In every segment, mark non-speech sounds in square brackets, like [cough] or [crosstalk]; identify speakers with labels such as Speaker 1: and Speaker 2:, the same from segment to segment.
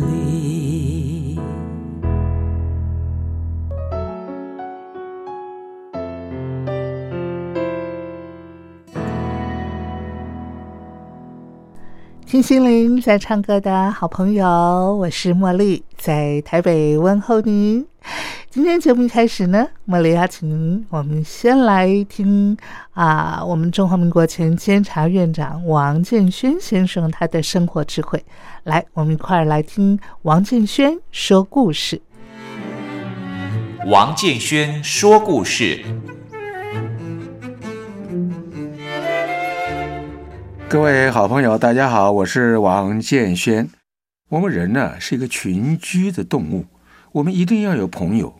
Speaker 1: 离。
Speaker 2: 听心灵在唱歌的好朋友，我是茉莉，在台北问候您。今天节目一开始呢，茉莉邀请您，我们先来听啊，我们中华民国前监察院长王建轩先生他的生活智慧。来，我们一块儿来听王建轩说故事。
Speaker 3: 王建轩说故事。
Speaker 4: 各位好朋友，大家好，我是王建轩。我们人呢是一个群居的动物，我们一定要有朋友。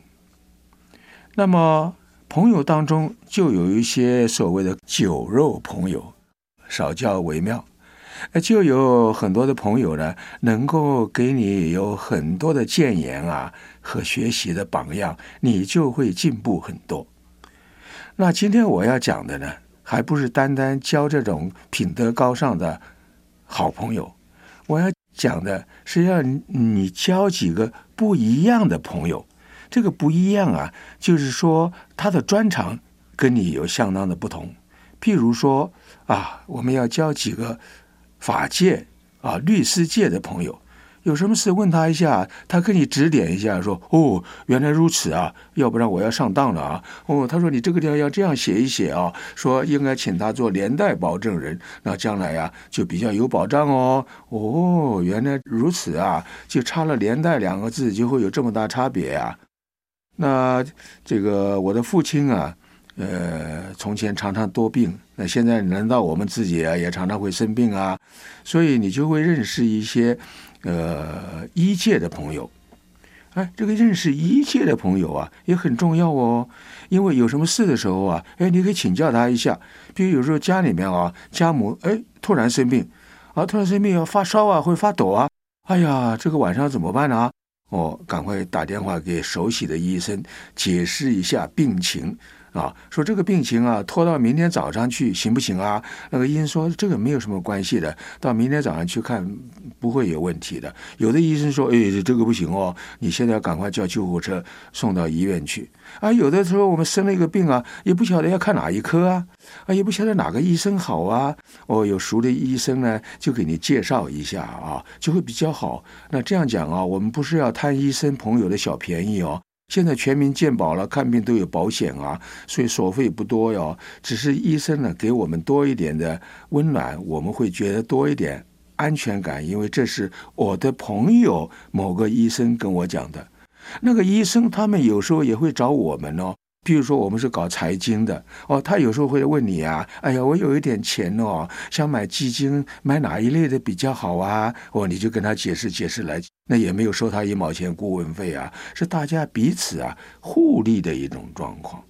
Speaker 4: 那么朋友当中就有一些所谓的酒肉朋友，少交为妙。呃就有很多的朋友呢，能够给你有很多的建言啊和学习的榜样，你就会进步很多。那今天我要讲的呢，还不是单单交这种品德高尚的好朋友，我要讲的是要你你交几个不一样的朋友。这个不一样啊，就是说他的专长跟你有相当的不同。譬如说啊，我们要交几个法界啊、律师界的朋友，有什么事问他一下，他跟你指点一下，说哦，原来如此啊，要不然我要上当了啊。哦，他说你这个地方要这样写一写啊，说应该请他做连带保证人，那将来啊就比较有保障哦。哦，原来如此啊，就差了“连带”两个字，就会有这么大差别啊。那这个我的父亲啊，呃，从前常常多病，那现在难道我们自己啊也常常会生病啊？所以你就会认识一些呃医界的朋友。哎，这个认识医界的朋友啊也很重要哦，因为有什么事的时候啊，哎，你可以请教他一下。比如有时候家里面啊，家母哎突然生病，啊，突然生病要发烧啊，会发抖啊，哎呀，这个晚上怎么办啊？哦，赶快打电话给熟悉的医生解释一下病情啊，说这个病情啊拖到明天早上去行不行啊？那个医生说这个没有什么关系的，到明天早上去看不会有问题的。有的医生说，哎，这个不行哦，你现在要赶快叫救护车送到医院去啊。有的时候我们生了一个病啊，也不晓得要看哪一科啊，啊，也不晓得哪个医生好啊。哦，有熟的医生呢，就给你介绍一下啊，就会比较好。那这样讲啊，我们不是要贪医生朋友的小便宜哦。现在全民健保了，看病都有保险啊，所以所费不多哟。只是医生呢，给我们多一点的温暖，我们会觉得多一点安全感，因为这是我的朋友某个医生跟我讲的。那个医生他们有时候也会找我们哦。比如说，我们是搞财经的哦，他有时候会问你啊，哎呀，我有一点钱哦，想买基金，买哪一类的比较好啊？哦，你就跟他解释解释来，那也没有收他一毛钱顾问费啊，是大家彼此啊互利的一种状况。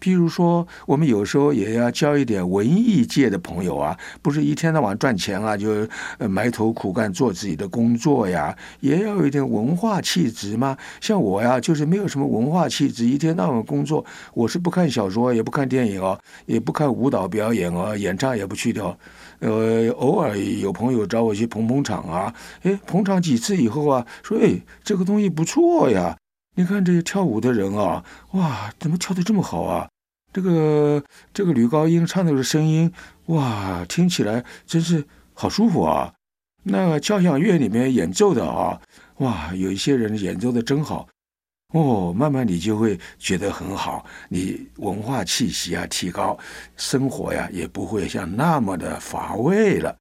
Speaker 4: 譬如说，我们有时候也要交一点文艺界的朋友啊，不是一天到晚赚钱啊，就呃埋头苦干做自己的工作呀，也要有一点文化气质嘛。像我呀，就是没有什么文化气质，一天到晚工作，我是不看小说，也不看电影哦，也不看舞蹈表演哦，演唱也不去的哦。呃，偶尔有朋友找我去捧捧场啊，诶，捧场几次以后啊，说诶，这个东西不错呀。你看这些跳舞的人啊，哇，怎么跳得这么好啊？这个这个女高音唱的声音，哇，听起来真是好舒服啊！那交响乐里面演奏的啊，哇，有一些人演奏的真好。哦，慢慢你就会觉得很好，你文化气息啊提高，生活呀、也不会像那么的乏味了。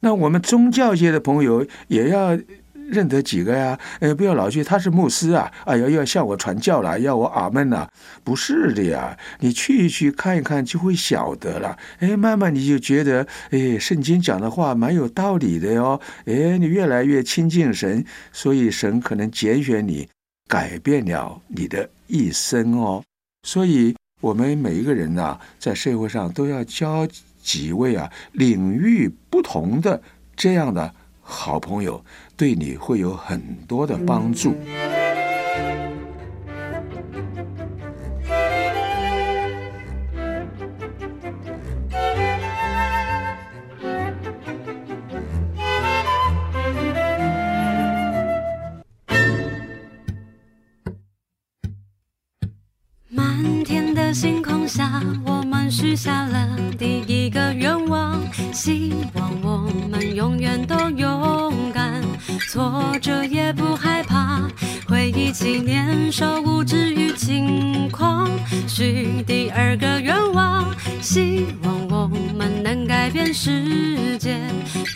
Speaker 4: 那我们宗教界的朋友也要认得几个呀，呃，不要老去他是牧师啊，哎呀，要向我传教啦，要我阿门啊啦，不是的呀，你去一去看一看就会晓得了。哎，慢慢你就觉得，哎，圣经讲的话蛮有道理的哟。哎，你越来越亲近神，所以神可能拣选你，改变了你的一生哦。所以，我们每一个人呐、在社会上都要交几位啊领域不同的这样的好朋友，对你会有很多的帮助。
Speaker 1: 满天的星空下，我们许下了第一个愿望，希望我们永远都勇敢，挫折也不害怕。回忆起年少无知与轻狂，许第二个愿望，希望我们能改变世界，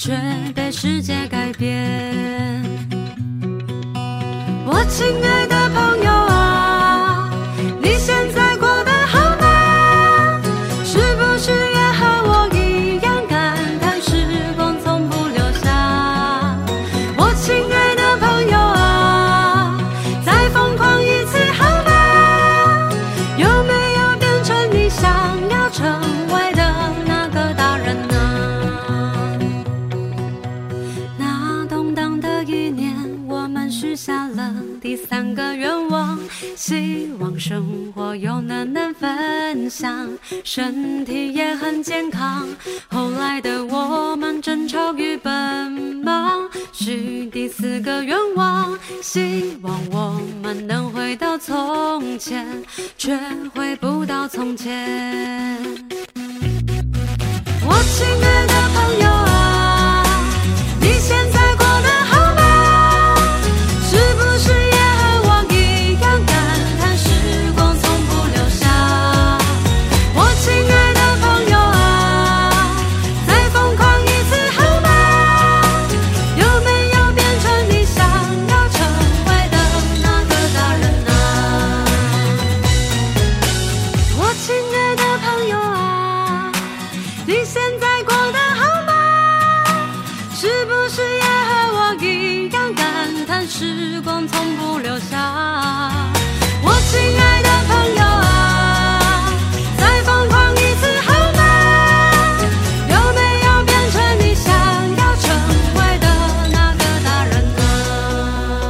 Speaker 1: 却被世界改变。我亲爱的朋友啊，你现在过得好吗？是不是也和我一样感叹时光从不留下？我亲爱的朋友啊，再疯狂一次好吗？有没有变成你想要成为的那个大人啊？那动荡的一年，我们许下了第三个愿望，希望生活有能能分享，身体也很健康。后来的我们争吵与奔忙，许第四个愿望，希望我们能回到从前，却回不到从前。我亲爱的朋友啊，你现在过得好吗？是不是也和我一样感叹时光从不留下？我亲爱的朋友啊，再疯狂一次好吗？有没有变成你想要成为的那个大人啊？我亲爱的朋友啊，你现在过得好吗？是不是也和我一样感叹时光从不留下？我亲爱的朋友啊，再疯狂一次好吗？有没有变成你想要成为的那个大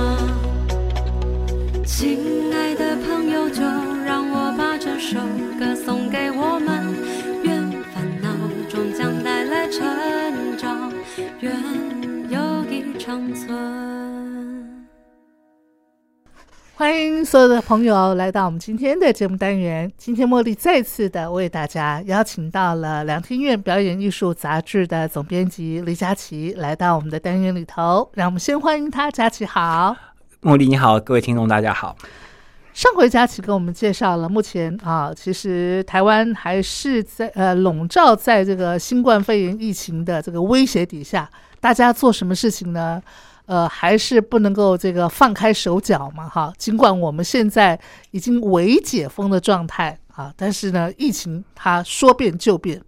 Speaker 1: 人啊？亲爱的朋友，就让我把这首歌送给我们，愿烦恼终将带来成长，愿友谊长存。
Speaker 5: 欢迎所有的朋友来到我们今天的节目单元。今天茉莉再次的为大家邀请到了两厅院表演艺术杂志的总编辑李佳琪来到我们的单元里头，让我们先欢迎他。佳琪好，
Speaker 6: 茉莉你好，各位听众大家好。
Speaker 5: 上回佳琪给我们介绍了，目前啊，其实台湾还是在呃笼罩在这个新冠肺炎疫情的这个威胁底下，大家做什么事情呢？呃，还是不能够这个放开手脚嘛，哈。尽管我们现在已经伪解封的状态啊，但是呢，疫情它说变就变，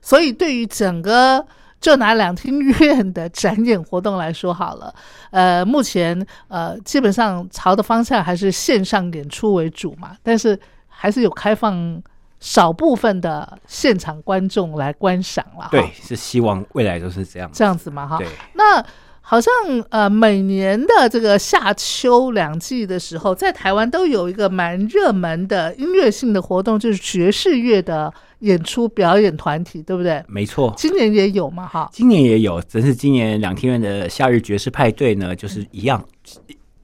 Speaker 5: 所以对于整个就拿两厅院的展演活动来说好了，呃，目前呃基本上朝的方向还是线上演出为主嘛，但是还是有开放少部分的现场观众来观赏了哈，
Speaker 6: 对，是希望未来都是这样。
Speaker 5: 这样子嘛哈
Speaker 6: 对。
Speaker 5: 那好像呃每年的这个夏秋两季的时候，在台湾都有一个蛮热门的音乐性的活动，就是爵士乐的演出表演团体，对不对？
Speaker 6: 没错，
Speaker 5: 今年也有嘛哈。
Speaker 6: 今年也有，只是今年两天院的夏日爵士派对呢，就是一样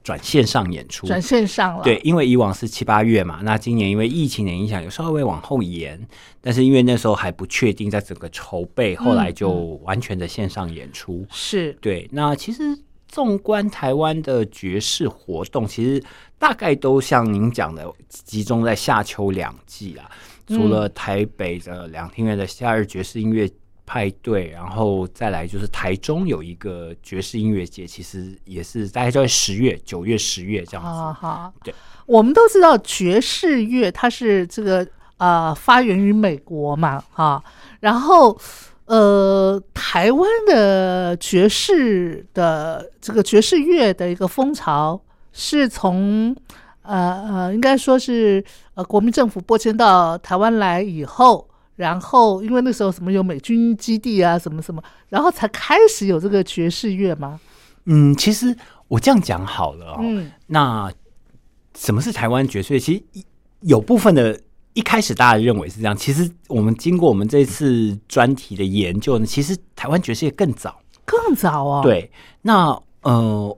Speaker 6: 转线上演出。
Speaker 5: 转线上了，
Speaker 6: 对，，因为以往是七八月嘛，那今年因为疫情的影响，有稍微往后延，但是因为那时候还不确定，在
Speaker 5: 嗯
Speaker 6: 整个筹备，后来就完全的线上演出。
Speaker 5: 是
Speaker 6: 对，那其实纵观台湾的爵士活动，其实大概都像您讲的，集中在夏秋两季啊。除了台北的两厅院的夏日爵士音乐派对，然后再来就是台中有一个爵士音乐节，其实也是大概就在十月、九月、十月这样子。
Speaker 5: 啊哈，
Speaker 6: 对，
Speaker 5: 我们都知道爵士乐它是这个呃发源于美国嘛，哈、然后呃台湾的爵士的这个爵士乐的一个风潮是从呃呃应该说是呃国民政府拨迁到台湾来以后。然后，因为那时候什么有美军基地啊，什么什么，然后才开始有这个爵士乐嘛。
Speaker 6: 嗯，其实我这样讲好了哦。
Speaker 5: 嗯
Speaker 6: 那什么是台湾爵士乐？其实一有部分的，一开始大家认为是这样，其实我们经过我们这次专题的研究呢，其实台湾爵士乐更早。
Speaker 5: 更早哦。，
Speaker 6: 对，那呃，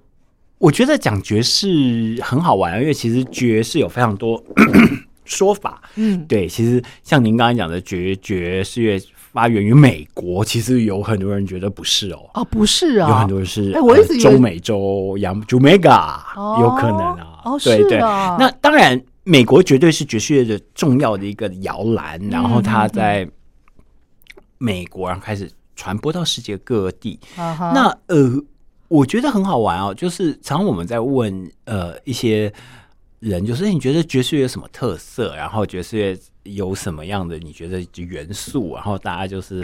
Speaker 6: 我觉得讲爵士很好玩，因为其实爵士有非常多 [coughs] 说法。
Speaker 5: 嗯，
Speaker 6: 对，其实像您刚才讲的爵爵士乐发源于美国，其实有很多人觉得不是哦。
Speaker 5: 哦，不是啊、
Speaker 6: 有很多是、
Speaker 5: 哎我一直
Speaker 6: 呃
Speaker 5: 以为
Speaker 6: 中美洲洋 Jamaica、
Speaker 5: 哦
Speaker 6: 有可能啊，
Speaker 5: 哦
Speaker 6: 对
Speaker 5: 是
Speaker 6: 对。
Speaker 5: 啊
Speaker 6: 那当然，美国绝对是爵士乐的重要的一个摇篮，
Speaker 5: 嗯
Speaker 6: 然后它在美国然后开始传播到世界各地。
Speaker 5: 啊哈
Speaker 6: 那呃，我觉得很好玩哦，就是常常我们在问呃一些人，就是哎你觉得爵士乐有什么特色？然后爵士乐有什么样的你觉得元素？然后大家就是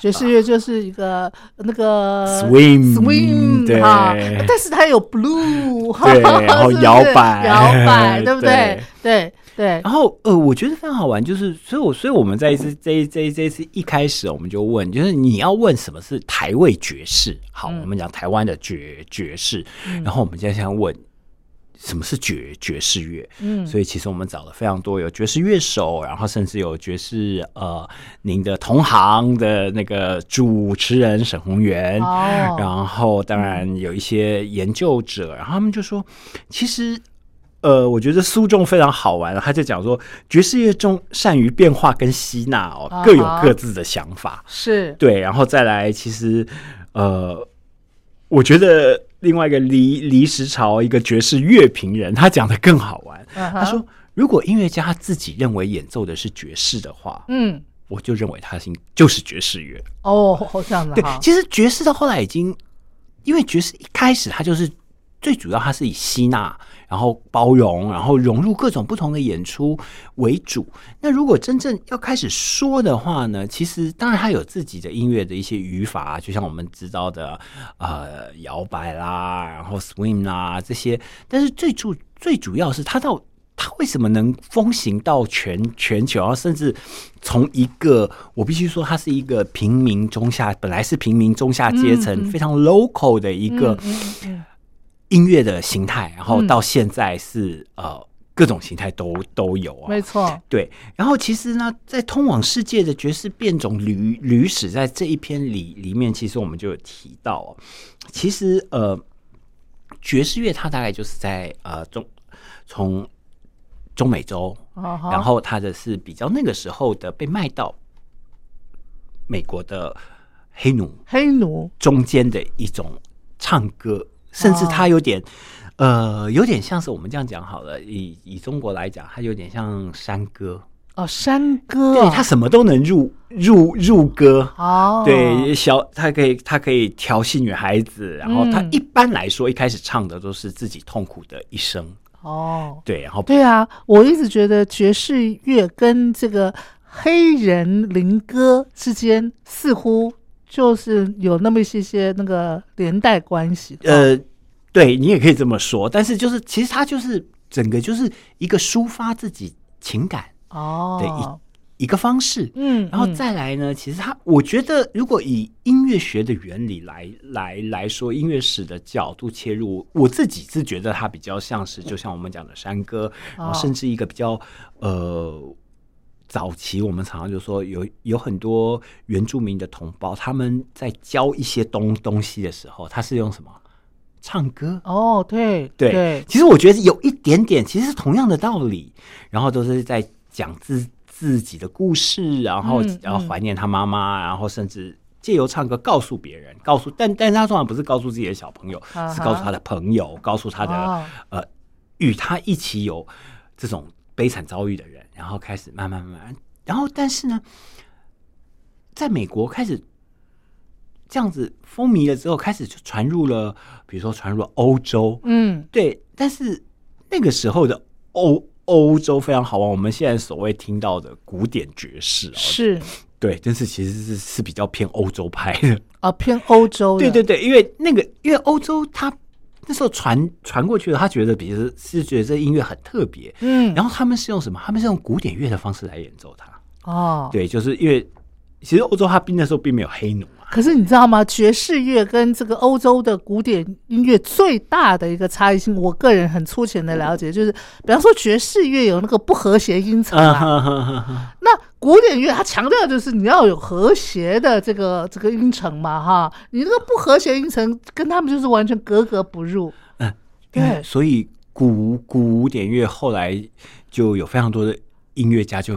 Speaker 5: 爵士乐就是一个那个
Speaker 6: Swing，
Speaker 5: swing
Speaker 6: 对
Speaker 5: 哈，但是它有 blue 哈， [laughs]
Speaker 6: 对然后
Speaker 5: 是不是
Speaker 6: 摇摆
Speaker 5: 摇
Speaker 6: [laughs]
Speaker 5: 摆，对不对
Speaker 6: 对？
Speaker 5: 对对，嗯
Speaker 6: 然后呃，我觉得非常好玩，就是所以我所以我们在一次这一这一这一次一开始我们就问，就是你要问什么是台味爵士？好，
Speaker 5: 嗯
Speaker 6: 我们讲台湾的爵爵士，然后我们现在想问。什么是爵爵士乐？
Speaker 5: 嗯
Speaker 6: 所以其实我们找了非常多有爵士乐手，然后甚至有爵士呃，您的同行的那个主持人沈宏源，
Speaker 5: 哦，
Speaker 6: 然后当然有一些研究者，然后他们就说，其实。呃，我觉得苏仲非常好玩，他就讲说，爵士乐中善于变化跟吸纳哦，
Speaker 5: 啊哈
Speaker 6: 各有各自的想法。
Speaker 5: 是
Speaker 6: 对，然后再来，其实呃，我觉得另外一个黎黎时潮一个爵士乐评人，他讲的更好玩。
Speaker 5: 嗯哼
Speaker 6: 他说，如果音乐家他自己认为演奏的是爵士的话，
Speaker 5: 嗯，
Speaker 6: 我就认为他是就是爵士乐。
Speaker 5: 哦，这样子
Speaker 6: 对
Speaker 5: 哈，，
Speaker 6: 其实爵士到后来已经，因为爵士一开始它就是最主要，它是以吸纳、然后包容、然后融入各种不同的演出为主。那如果真正要开始说的话呢，其实当然它有自己的音乐的一些语法，就像我们知道的呃摇摆啦，然后 swing 啦这些，但是最主最主要是它到。它为什么能风行到全全球，然后甚至从一个我必须说，它是一个平民中下，本来是平民中下阶层、非常 local 的一
Speaker 5: 嗯
Speaker 6: 个音乐的形态，然后到现在是、呃各种形态都都有啊
Speaker 5: 没。错，
Speaker 6: 对，然后其实呢，在通往世界的爵士变种旅旅史，在这一篇里里面，其实我们就有提到、哦，其实呃，爵士乐它大概就是在呃中从中美洲，
Speaker 5: 哦哈，
Speaker 6: 然后它的是比较那个时候的被卖到美国的黑奴
Speaker 5: 黑奴
Speaker 6: 中间的一种唱歌，甚至
Speaker 5: 哦
Speaker 6: 它有点。呃，有点像是我们这样讲好了，以以中国来讲，它有点像山歌，
Speaker 5: 哦，山歌，
Speaker 6: 对，它什么都能入入入歌。
Speaker 5: 哦，
Speaker 6: 对，小它可以，它可以调戏女孩子，然后它
Speaker 5: 嗯
Speaker 6: 一般来说一开始唱的都是自己痛苦的一生，
Speaker 5: 哦，
Speaker 6: 对，然后
Speaker 5: 对啊，我一直觉得爵士乐跟这个黑人灵歌之间似乎就是有那么一些些那个连带关系。
Speaker 6: 呃，对你也可以这么说，但是就是其实它就是整个就是一个抒发自己情感的一、
Speaker 5: 哦，
Speaker 6: 一个方式，
Speaker 5: 嗯，
Speaker 6: 然后
Speaker 5: 嗯
Speaker 6: 再来呢，其实它，我觉得如果以音乐学的原理来来来说，音乐史的角度切入，我自己是觉得它比较像是，就像我们讲的山歌，然
Speaker 5: 哦
Speaker 6: 后甚至一个比较呃。早期我们常常就说有有很多原住民的同胞，他们在教一些东东西的时候，他是用什么唱歌？
Speaker 5: 哦，对
Speaker 6: 对，
Speaker 5: 对，
Speaker 6: 其实我觉得有一点点，其实是同样的道理，然后都是在讲自自己的故事，然后
Speaker 5: 嗯
Speaker 6: 然后怀念他妈妈，然后甚至借由唱歌告诉别人，告诉但但是他通常不是告诉自己的小朋友，
Speaker 5: 啊哈
Speaker 6: 是告诉他的朋友，告诉他的、
Speaker 5: 哦
Speaker 6: 呃与他一起有这种悲惨遭遇的人，然后开始慢慢慢慢，然后但是呢，在美国开始这样子风靡了之后，开始就传入了，比如说传入了欧洲，
Speaker 5: 嗯，
Speaker 6: 对，但是那个时候的欧欧洲非常好玩，我们现在所谓听到的古典爵士哦，
Speaker 5: 是
Speaker 6: 对，但是其实是是比较偏欧洲派的，
Speaker 5: 哦，偏欧洲的，
Speaker 6: 对对对，因为那个因为欧洲他那时候传传过去的，他觉得比如是觉得这音乐很特别，
Speaker 5: 嗯，
Speaker 6: 然后他们是用什么？他们是用古典乐的方式来演奏它，
Speaker 5: 哦，
Speaker 6: 对，就是因为其实欧洲他并那时候并没有黑奴啊嘛，
Speaker 5: 可是你知道吗？爵士乐跟这个欧洲的古典音乐最大的一个差异性，我个人很粗浅的了解，就是比方说爵士乐有那个不和谐音层
Speaker 6: 嗯
Speaker 5: 啊，
Speaker 6: [laughs] 啊，
Speaker 5: 那古典乐它强调的就是你要有和谐的这个这个音程嘛，哈，你那个不和谐音程跟他们就是完全格格不入。对
Speaker 6: 哎所以古古典乐后来就有非常多的音乐家就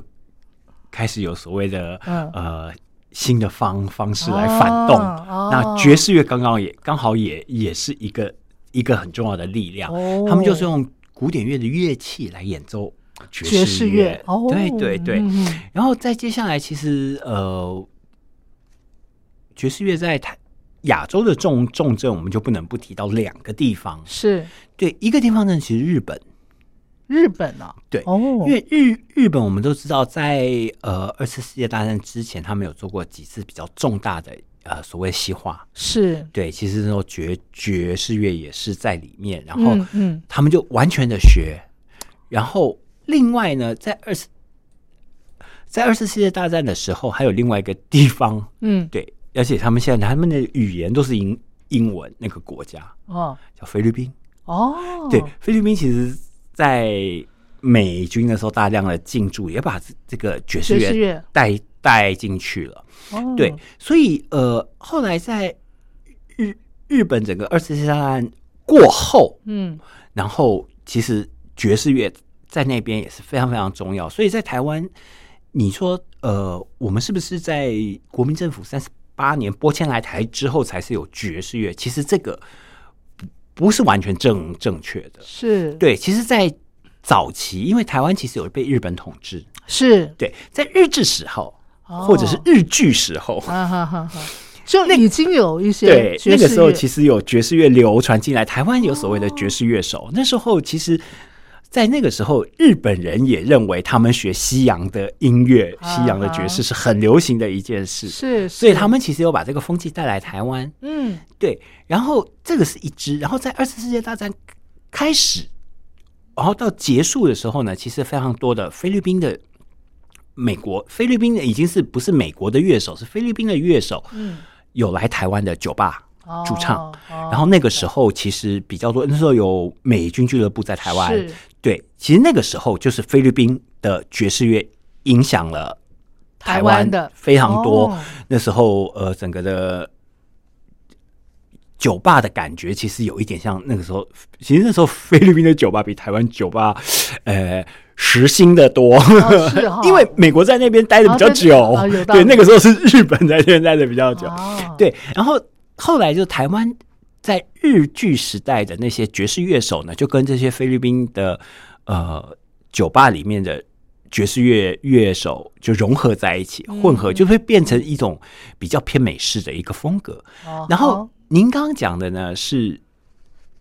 Speaker 6: 开始有所谓的、
Speaker 5: 嗯
Speaker 6: 呃新的方方式来反动。
Speaker 5: 哦
Speaker 6: 那爵士乐刚刚也刚好也也是一个一个很重要的力量，
Speaker 5: 哦
Speaker 6: 他们就是用古典乐的乐器来演奏爵
Speaker 5: 爵
Speaker 6: 士
Speaker 5: 士乐，哦，
Speaker 6: 对对对，
Speaker 5: 嗯
Speaker 6: 然后再接下来，其实呃，爵士乐在台亚洲的重重镇，我们就不能不提到两个地方。
Speaker 5: 是
Speaker 6: 对，一个地方呢，其实日本，
Speaker 5: 日本啊，
Speaker 6: 对
Speaker 5: 哦，
Speaker 6: 因为日日本我们都知道在，呃二次世界大战之前，他们有做过几次比较重大的呃所谓西化。
Speaker 5: 是
Speaker 6: 对，其实那种爵爵士乐也是在里面，然后
Speaker 5: 嗯嗯
Speaker 6: 他们就完全的学，然后另外呢，在二次在二次世界大战的时候，还有另外一个地方，
Speaker 5: 嗯
Speaker 6: 对，而且他们现在他们的语言都是英英文，那个国家
Speaker 5: 哦
Speaker 6: 叫菲律宾，
Speaker 5: 哦，
Speaker 6: 对，菲律宾其实在美军那时候大量的进驻，也把这这个爵士
Speaker 5: 爵士
Speaker 6: 乐
Speaker 5: 乐
Speaker 6: 带带进去了。
Speaker 5: 哦
Speaker 6: 对，所以呃，后来在日日本整个二次世界大战过后，
Speaker 5: 嗯
Speaker 6: 然后其实爵士乐在那边也是非常非常重要，所以在台湾，你说呃，我们是不是在国民政府三十八年拨迁来台之后才是有爵士乐？其实这个不不是完全正正确的。
Speaker 5: 是，
Speaker 6: 对，其实，在早期，因为台湾其实有被日本统治，
Speaker 5: 是
Speaker 6: 对，在日治时候
Speaker 5: 哦
Speaker 6: 或者是日据时候，
Speaker 5: 啊哈哈哈，就已经有一些
Speaker 6: 对，
Speaker 5: 爵
Speaker 6: 那
Speaker 5: 士
Speaker 6: 个时候
Speaker 5: 乐哦
Speaker 6: 其实有爵士乐流传进来，台湾有所谓的爵士乐手。那时候其实，在那个时候，日本人也认为他们学西洋的音乐、
Speaker 5: 啊
Speaker 6: 西洋的爵士是很流行的一件事，
Speaker 5: 是，
Speaker 6: 所以
Speaker 5: 是
Speaker 6: 他们其实有把这个风气带来台湾。
Speaker 5: 嗯
Speaker 6: 对，然后这个是一支，然后在二次世界大战开始，然后到结束的时候呢，其实非常多的菲律宾的。美国、菲律宾的已经是不是美国的乐手，是菲律宾的乐手，
Speaker 5: 嗯，
Speaker 6: 有来台湾的酒吧驻唱，
Speaker 5: 哦哦
Speaker 6: 然后那个时候其实比较多，那时候有美军俱乐部在台湾
Speaker 5: 是，
Speaker 6: 对，其实那个时候就是菲律宾的爵士乐影响了
Speaker 5: 台
Speaker 6: 湾
Speaker 5: 湾的
Speaker 6: 非常多。
Speaker 5: 哦
Speaker 6: 那时候呃，整个的酒吧的感觉其实有一点像那个时候，其实那时候菲律宾的酒吧比台湾酒吧呃时兴的多，
Speaker 5: 哦是哈
Speaker 6: [laughs] 因为美国在那边待的比较
Speaker 5: 哦对
Speaker 6: 久，
Speaker 5: 哦有道
Speaker 6: 对，
Speaker 5: 理
Speaker 6: 那个时候是日本在那边待的比较久，
Speaker 5: 哦
Speaker 6: 对，然后后来就台湾在日剧时代的那些爵士乐手呢，就跟这些菲律宾的呃酒吧里面的爵士乐乐手就融合在一起，混合就会变成一种比较偏美式的一个风格。
Speaker 5: 哦
Speaker 6: 然后
Speaker 5: 好
Speaker 6: 您刚刚讲的呢是。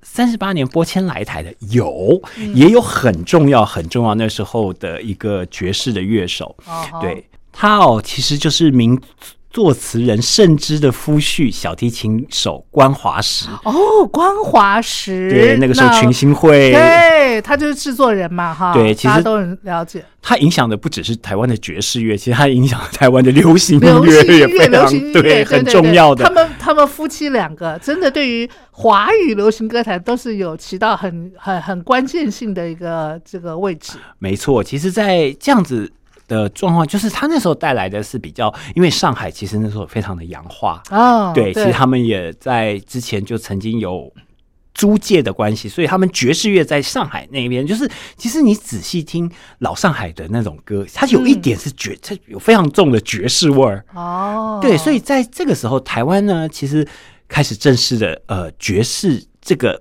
Speaker 6: 三十八年拨迁来台的有，
Speaker 5: 嗯
Speaker 6: 也有很重要、很重要那时候的一个爵士的乐手，
Speaker 5: 哦好
Speaker 6: 对他哦，其实就是名作词人盛之的夫婿，小提琴手关华石。
Speaker 5: 哦，光华石
Speaker 6: 对，那个时候群星会，
Speaker 5: 对，他就是制作人嘛哈，
Speaker 6: 对其
Speaker 5: 大家
Speaker 6: 实
Speaker 5: 都很了解，
Speaker 6: 他影响的不只是台湾的爵士乐，其实他影响了台湾的 [laughs] 流行音
Speaker 5: 流行
Speaker 6: 乐也
Speaker 5: 音乐，
Speaker 6: 非
Speaker 5: 流
Speaker 6: 常
Speaker 5: 行音乐对
Speaker 6: 很
Speaker 5: 对
Speaker 6: 重
Speaker 5: 对
Speaker 6: 要的
Speaker 5: 他。们他们夫妻两个真的对于华语流行歌坛都是有起到很很很关键性的一个这个位置，
Speaker 6: 没错，其实，在这样子的状况，就是他那时候带来的是比较，因为上海其实那时候非常的洋化，
Speaker 5: 哦，
Speaker 6: 对，其实他们也在之前就曾经有。租界的关系，所以他们爵士乐在上海那边，就是其实你仔细听老上海的那种歌，它有一点是爵，它有非常重的爵士味儿。
Speaker 5: 哦，
Speaker 6: 对，所以在这个时候，台湾呢，其实开始正式的呃爵士这个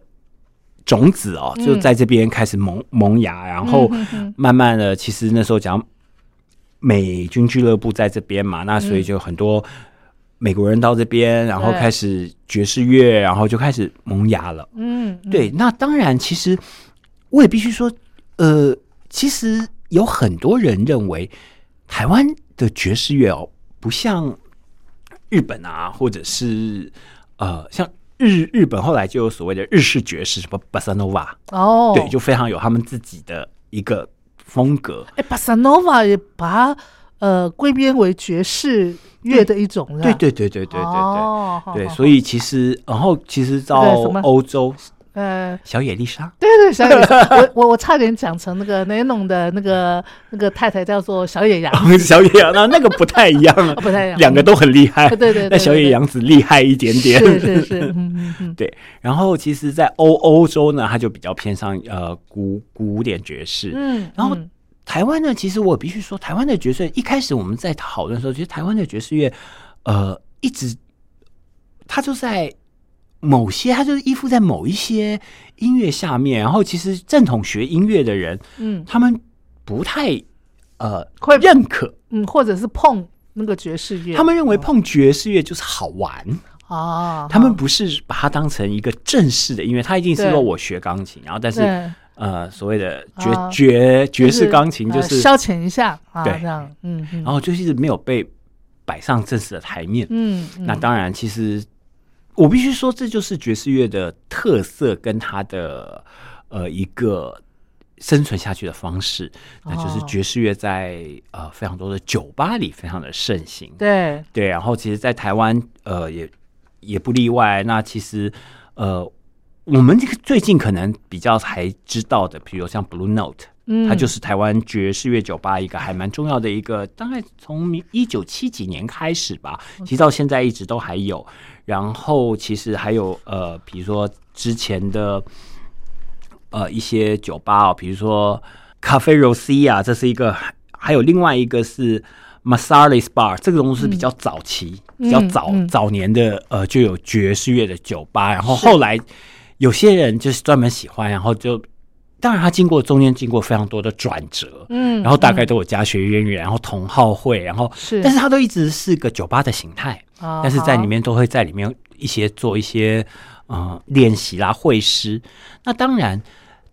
Speaker 6: 种子哦，
Speaker 5: 嗯
Speaker 6: 就在这边开始萌、萌芽，然后慢慢的，其实那时候讲美军俱乐部在这边
Speaker 5: 嗯
Speaker 6: 嘛，那所以就很多美国人到这边，然后
Speaker 5: 对
Speaker 6: 开始爵士乐，然后就开始萌芽了。
Speaker 5: 嗯，嗯，
Speaker 6: 对，那当然，其实我也必须说，呃，其实有很多人认为台湾的爵士乐哦，不像日本啊，或者是呃，像日日本后来就有所谓的日式爵士，什么 bossa nova，、
Speaker 5: 哦，
Speaker 6: 对，就非常有他们自己的一个风格。
Speaker 5: 哎巴 a 诺瓦也把它呃归编为爵士乐的一种了，
Speaker 6: 对对对对对对对。
Speaker 5: 啊哦好
Speaker 6: 对，
Speaker 5: 好
Speaker 6: 所以其实，然后其实到
Speaker 5: 对什么
Speaker 6: 欧洲，
Speaker 5: 呃，
Speaker 6: 小野丽莎，
Speaker 5: 对对，小野，我我我差点讲成那个雷农的那个那个太太叫做小野羊，
Speaker 6: 小野洋那那个 [laughs] 不太一样了，
Speaker 5: 不太一样
Speaker 6: 两个都很厉 [laughs] 害。
Speaker 5: 对对对对
Speaker 6: 那小野洋子厉害一 [laughs] 点点。
Speaker 5: 是是是，嗯
Speaker 6: [laughs]
Speaker 5: 嗯嗯，
Speaker 6: 对，然后其实，在欧欧洲呢，它就比较偏向呃古古典爵士。 [laughs]
Speaker 5: 嗯，
Speaker 6: 然后
Speaker 5: 嗯
Speaker 6: 台湾呢，其实我必须说，台湾的爵士乐一开始我们在讨论的时候，其实台湾的爵士乐，呃，一直它就在某些，它就是依附在某一些音乐下面。然后，其实正统学音乐的人，
Speaker 5: 嗯
Speaker 6: 他们不太呃
Speaker 5: 会
Speaker 6: 认可，
Speaker 5: 嗯，或者是碰那个爵士乐，
Speaker 6: 他们认为碰爵士乐就是好玩。
Speaker 5: 啊，
Speaker 6: 他们不是把它当成一个正式的音乐，他一定是
Speaker 5: 对
Speaker 6: 说我学钢琴，然后但是
Speaker 5: 对
Speaker 6: 呃所谓的爵、
Speaker 5: 啊
Speaker 6: 爵
Speaker 5: 就
Speaker 6: 爵士钢琴就
Speaker 5: 呃
Speaker 6: 是，
Speaker 5: 消遣一下啊，
Speaker 6: 对
Speaker 5: 这样，嗯嗯
Speaker 6: 然后就是没有被摆上正式的台面。
Speaker 5: 嗯，
Speaker 6: 那当然，其实我必须说，这就是爵士乐的特色跟它的呃一个。生存下去的方式，那就是
Speaker 5: 哦
Speaker 6: 爵士乐在、呃非常多的酒吧里非常的盛行。
Speaker 5: 对，
Speaker 6: 对，然后其实，在台湾，呃，也也不例外。那其实，呃，我们这个最近可能比较才知道的，比如像 Blue Note，
Speaker 5: 嗯，
Speaker 6: 它就是台湾爵士乐酒吧一个还蛮重要的一个，大概从一九七几年开始吧，其实到现在一直都还有。然后其实还有呃，比如说之前的呃一些酒吧哦，比如说 Cafe Rosia，这啊是一个，还有另外一个是 Masalis Bar，这个东西是比较早期、比较早、
Speaker 5: 嗯嗯嗯
Speaker 6: 早年的呃就有爵士乐的酒吧，然后后来有些人就是专门喜欢，然后就。当然，它经过中间经过非常多的转折，
Speaker 5: 嗯
Speaker 6: 然后大概都有家学渊源，然后同好会，然后
Speaker 5: 是
Speaker 6: 但是它都一直是个酒吧的形态，
Speaker 5: 啊
Speaker 6: 但是在里
Speaker 5: 哈
Speaker 6: 面都会在里面一些做一些呃练习啦、会师。那当然，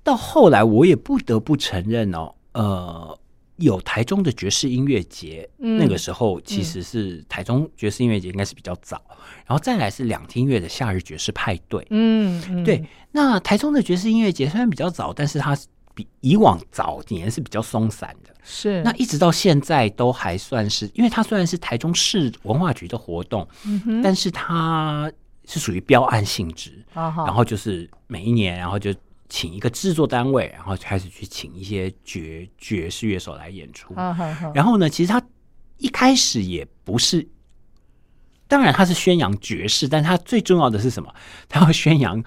Speaker 6: 到后来我也不得不承认哦，呃，有台中的爵士音乐节，
Speaker 5: 嗯
Speaker 6: 那个时候其实是台中爵士音乐节应该是比较早，然后再来是两厅院的夏日爵士派对。
Speaker 5: 嗯，嗯
Speaker 6: 对，，那台中的爵士音乐节虽然比较早，但是它是比以往早年是比较松散的。
Speaker 5: 是
Speaker 6: 那一直到现在都还算是，因为它虽然是台中市文化局的活动，
Speaker 5: 嗯
Speaker 6: 但是它是属于标案性质，
Speaker 5: 啊哈，
Speaker 6: 然后就是每一年，然后就请一个制作单位，然后开始去请一些爵爵士乐手来演出。
Speaker 5: 啊哈哈，
Speaker 6: 然后呢，其实它一开始也不是。当然，它是宣扬爵士，但它最重要的是什么？它要宣扬，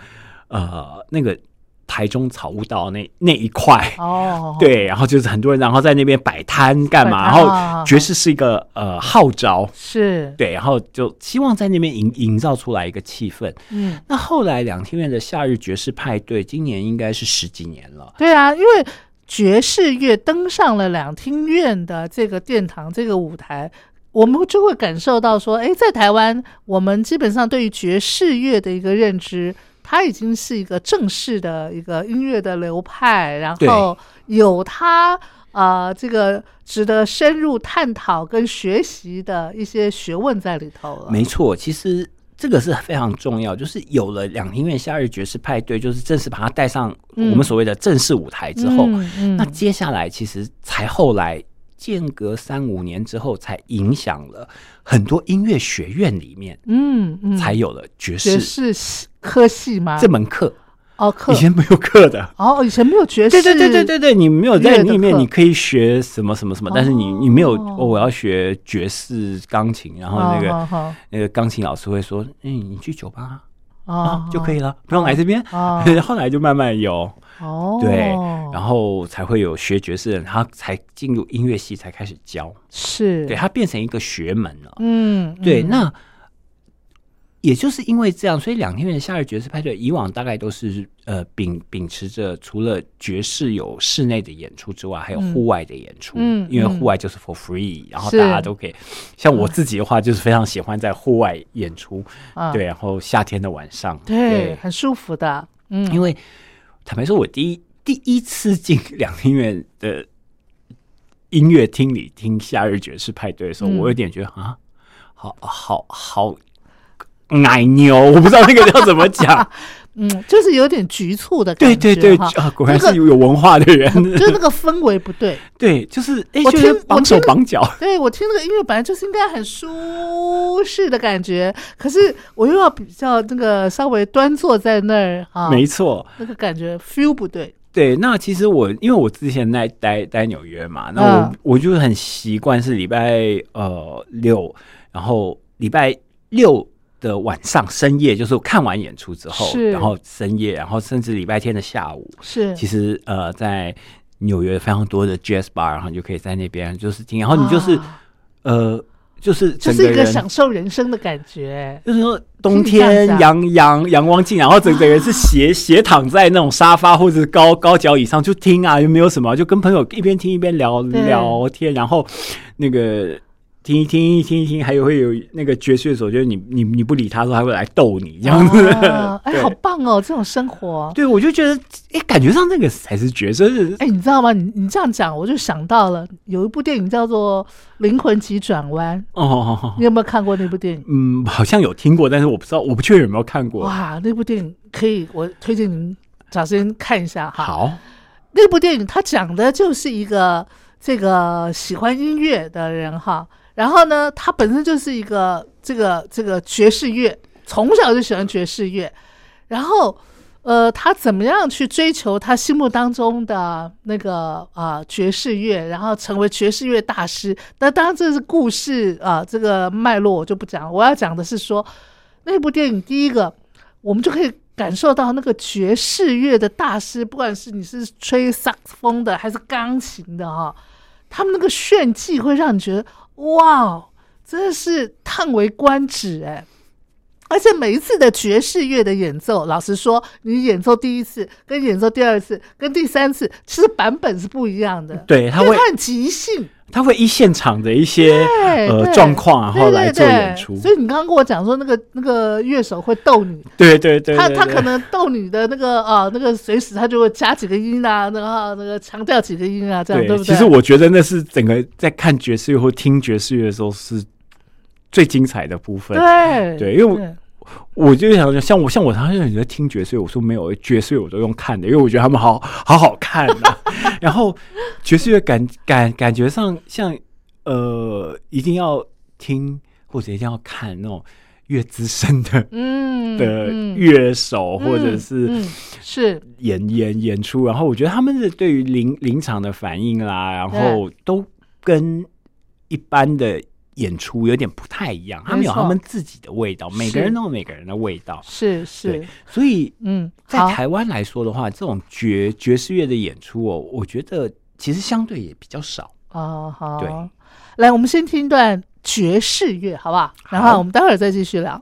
Speaker 6: 呃，那个台中草悟道那那一块
Speaker 5: 哦，
Speaker 6: 对，然后就是很多人，然后在那边摆摊干
Speaker 5: 摆
Speaker 6: 嘛？然
Speaker 5: 摊哦
Speaker 6: 后爵士是一个呃号召，
Speaker 5: 是，
Speaker 6: 对，然后就希望在那边营营造出来一个气氛。
Speaker 5: 嗯，
Speaker 6: 那后来两天院的夏日爵士派对，今年应该是十几年了，
Speaker 5: 对啊，因为爵士乐登上了两厅院的这个殿堂这个舞台，我们就会感受到说，哎，在台湾，我们基本上对于爵士乐的一个认知。它已经是一个正式的一个音乐的流派，然
Speaker 6: 对
Speaker 5: 后有它呃这个值得深入探讨跟学习的一些学问在里头了。
Speaker 6: 没错，其实。这个是非常重要，就是有了两厅院夏日爵士派对，就是正式把它带上我们所谓的正式舞台之后，
Speaker 5: 嗯嗯
Speaker 6: 那接下来其实才后来间隔三五年之后，才影响了很多音乐学院里面
Speaker 5: 嗯嗯，
Speaker 6: 才有了
Speaker 5: 爵
Speaker 6: 爵士
Speaker 5: 士系科系吗？
Speaker 6: 这门课，
Speaker 5: 哦课
Speaker 6: 以前没有课的。
Speaker 5: 哦以前没有爵
Speaker 6: 对
Speaker 5: 士，
Speaker 6: 对对对对对，你没有在
Speaker 5: 乐的
Speaker 6: 里面，
Speaker 5: 课
Speaker 6: 你可以学什么什么什么，但是你你没有，
Speaker 5: 哦
Speaker 6: 哦我要学爵士钢琴，然后
Speaker 5: 哦
Speaker 6: 那
Speaker 5: 好
Speaker 6: 个
Speaker 5: 好
Speaker 6: 哎那个钢琴老师会说，嗯，你去酒吧啊，啊
Speaker 5: 啊
Speaker 6: 就可以了，不用来这边。
Speaker 5: 哦
Speaker 6: [laughs] 后来就慢慢有，
Speaker 5: 哦，
Speaker 6: 对，然后才会有学爵士的人，他才进入音乐系才开始教，
Speaker 5: 是
Speaker 6: 对，他变成一个学门了。
Speaker 5: 嗯，
Speaker 6: 对，
Speaker 5: 嗯
Speaker 6: 那也就是因为这样，所以两天元夏日爵士派对以往大概都是呃秉秉持着除了爵士有室内的演出之外，还有户外的演出，
Speaker 5: 嗯
Speaker 6: 因为
Speaker 5: 嗯
Speaker 6: 户外就是 for free，、然后
Speaker 5: 是
Speaker 6: 大家都可以。像我自己的话，就是非常喜欢在户外演出，
Speaker 5: 啊
Speaker 6: 对，然后夏天的晚上，
Speaker 5: 对，很舒服的，嗯，
Speaker 6: 因为坦白说，我第一第一次进两厅院的音乐厅里听夏日爵士派对的时候，
Speaker 5: 嗯
Speaker 6: 我有点觉得啊，好好好奶牛，我不知道那个要怎么
Speaker 5: [laughs]
Speaker 6: 讲。
Speaker 5: 嗯，就是有点局促的感
Speaker 6: 对
Speaker 5: 觉，
Speaker 6: 对嗯对
Speaker 5: 哈 [laughs]
Speaker 6: 啊，果然
Speaker 5: 这
Speaker 6: 是
Speaker 5: 个
Speaker 6: 有有文化的人。
Speaker 5: 就那个氛围不对，
Speaker 6: 对，就是哎，
Speaker 5: 我
Speaker 6: 就是
Speaker 5: 听我
Speaker 6: 绑手
Speaker 5: 听啊
Speaker 6: 绑脚。
Speaker 5: 对我听那个音乐本来就是应该很舒适的感觉，可是我又要比较那个稍微端坐在那儿啊，
Speaker 6: 没错，
Speaker 5: 那个感觉 feel 不对，
Speaker 6: 对，那其实我因为我之前在待待纽约嘛，那我、
Speaker 5: 嗯
Speaker 6: 我就很习惯是礼拜呃六，然后礼拜六的晚上深夜，就是我看完演出之后，
Speaker 5: 是嗯
Speaker 6: 然后深夜，然后甚至礼拜天的下午，
Speaker 5: 是
Speaker 6: 其实呃在纽约非常多的 jazz bar，然后你就可以在那边就是听，然后你就是、
Speaker 5: 啊
Speaker 6: 呃就是
Speaker 5: 就
Speaker 6: 整
Speaker 5: 是一个
Speaker 6: 人
Speaker 5: 享受人生的感
Speaker 6: [laughs]
Speaker 5: 觉，
Speaker 6: 就是说冬
Speaker 5: 听你这样
Speaker 6: 天
Speaker 5: 讲
Speaker 6: 阳阳阳光进来，然后整个人是斜斜躺在那种沙发或者是高高脚椅上就听啊，又没有什么，就跟朋友一边听一边聊
Speaker 5: 对
Speaker 6: 聊天，然后那个。听一听，听一听，还有会有那个爵士的时候，就是你你你不理他的时候，他会来逗你这样子。
Speaker 5: 啊哎，
Speaker 6: 对
Speaker 5: 好棒哦，这种生活。
Speaker 6: 对，我就觉得，哎，感觉上那个才是爵士。
Speaker 5: 哎，你知道吗？你你这样讲，我就想到了有一部电影叫做《灵魂急转弯》，
Speaker 6: 哦，
Speaker 5: 你有没有看过那部电影？
Speaker 6: 嗯，好像有听过，但是我不知道，我不确定有没有看过。
Speaker 5: 哇，那部电影可以，我推荐您找时间看一下哈。
Speaker 6: 好，
Speaker 5: 那部电影它讲的就是一个这个喜欢音乐的人哈，然后呢，他本身就是一个这个这个爵士乐，从小就喜欢爵士乐，然后呃，他怎么样去追求他心目当中的那个啊、爵士乐，然后成为爵士乐大师？那当然这是故事啊、这个脉络我就不讲，我要讲的是说那部电影第一个。我们就可以感受到那个爵士乐的大师，不管是你是吹萨克斯风的还是钢琴的哈、他们那个炫技会让你觉得哇，真的是叹为观止哎。而且每一次的爵士乐的演奏，老实说，你演奏第一次、跟演奏第二次、跟第三次，其实版本是不一样的。
Speaker 6: 对他
Speaker 5: 因为
Speaker 6: 会
Speaker 5: 它很即兴。
Speaker 6: 他会依现场的一些
Speaker 5: 对
Speaker 6: 呃
Speaker 5: 对
Speaker 6: 状况，然
Speaker 5: 对
Speaker 6: 后
Speaker 5: 对
Speaker 6: 来做
Speaker 5: 对
Speaker 6: 演出。
Speaker 5: 所以你刚刚跟我讲说，那个那个乐手会逗你，
Speaker 6: [laughs] 对对对，
Speaker 5: 他
Speaker 6: 对
Speaker 5: 他
Speaker 6: 对
Speaker 5: 可能逗你的那个啊，那个随时他就会加几个音啊，然后那个强调几个音啊，这样
Speaker 6: 对
Speaker 5: 对不对？
Speaker 6: 其实我觉得那是整个在看爵士乐或听爵士乐的时候是最精彩的部分。
Speaker 5: 对
Speaker 6: 对因为我我就想，像我像我常常有人在听爵士乐，我说没有呃爵士乐我都用看的，因为我觉得他们好好好看啊。 [laughs] 然后爵士乐感感感觉上像呃，一定要听或者一定要看那种越资深的
Speaker 5: 嗯
Speaker 6: 的
Speaker 5: 嗯
Speaker 6: 乐手、或者
Speaker 5: 嗯
Speaker 6: 是。
Speaker 5: 嗯是
Speaker 6: 演演演出，然后我觉得他们的对于临临场的反应啦，然后都跟一般的演出有点不太一样，他们有
Speaker 5: 没错
Speaker 6: 他们自己的味道，
Speaker 5: 是
Speaker 6: 每个人都有每个人的味道，
Speaker 5: 是
Speaker 6: 对
Speaker 5: 是，，
Speaker 6: 所以
Speaker 5: 嗯，
Speaker 6: 在
Speaker 5: 好
Speaker 6: 台湾来说的话，这种爵爵士乐的演出哦，我觉得其实相对也比较少。
Speaker 5: 哦
Speaker 6: 对
Speaker 5: 好，来，我们先听一段爵士乐，好不好？然后
Speaker 6: 好
Speaker 5: 我们待会儿再继续聊。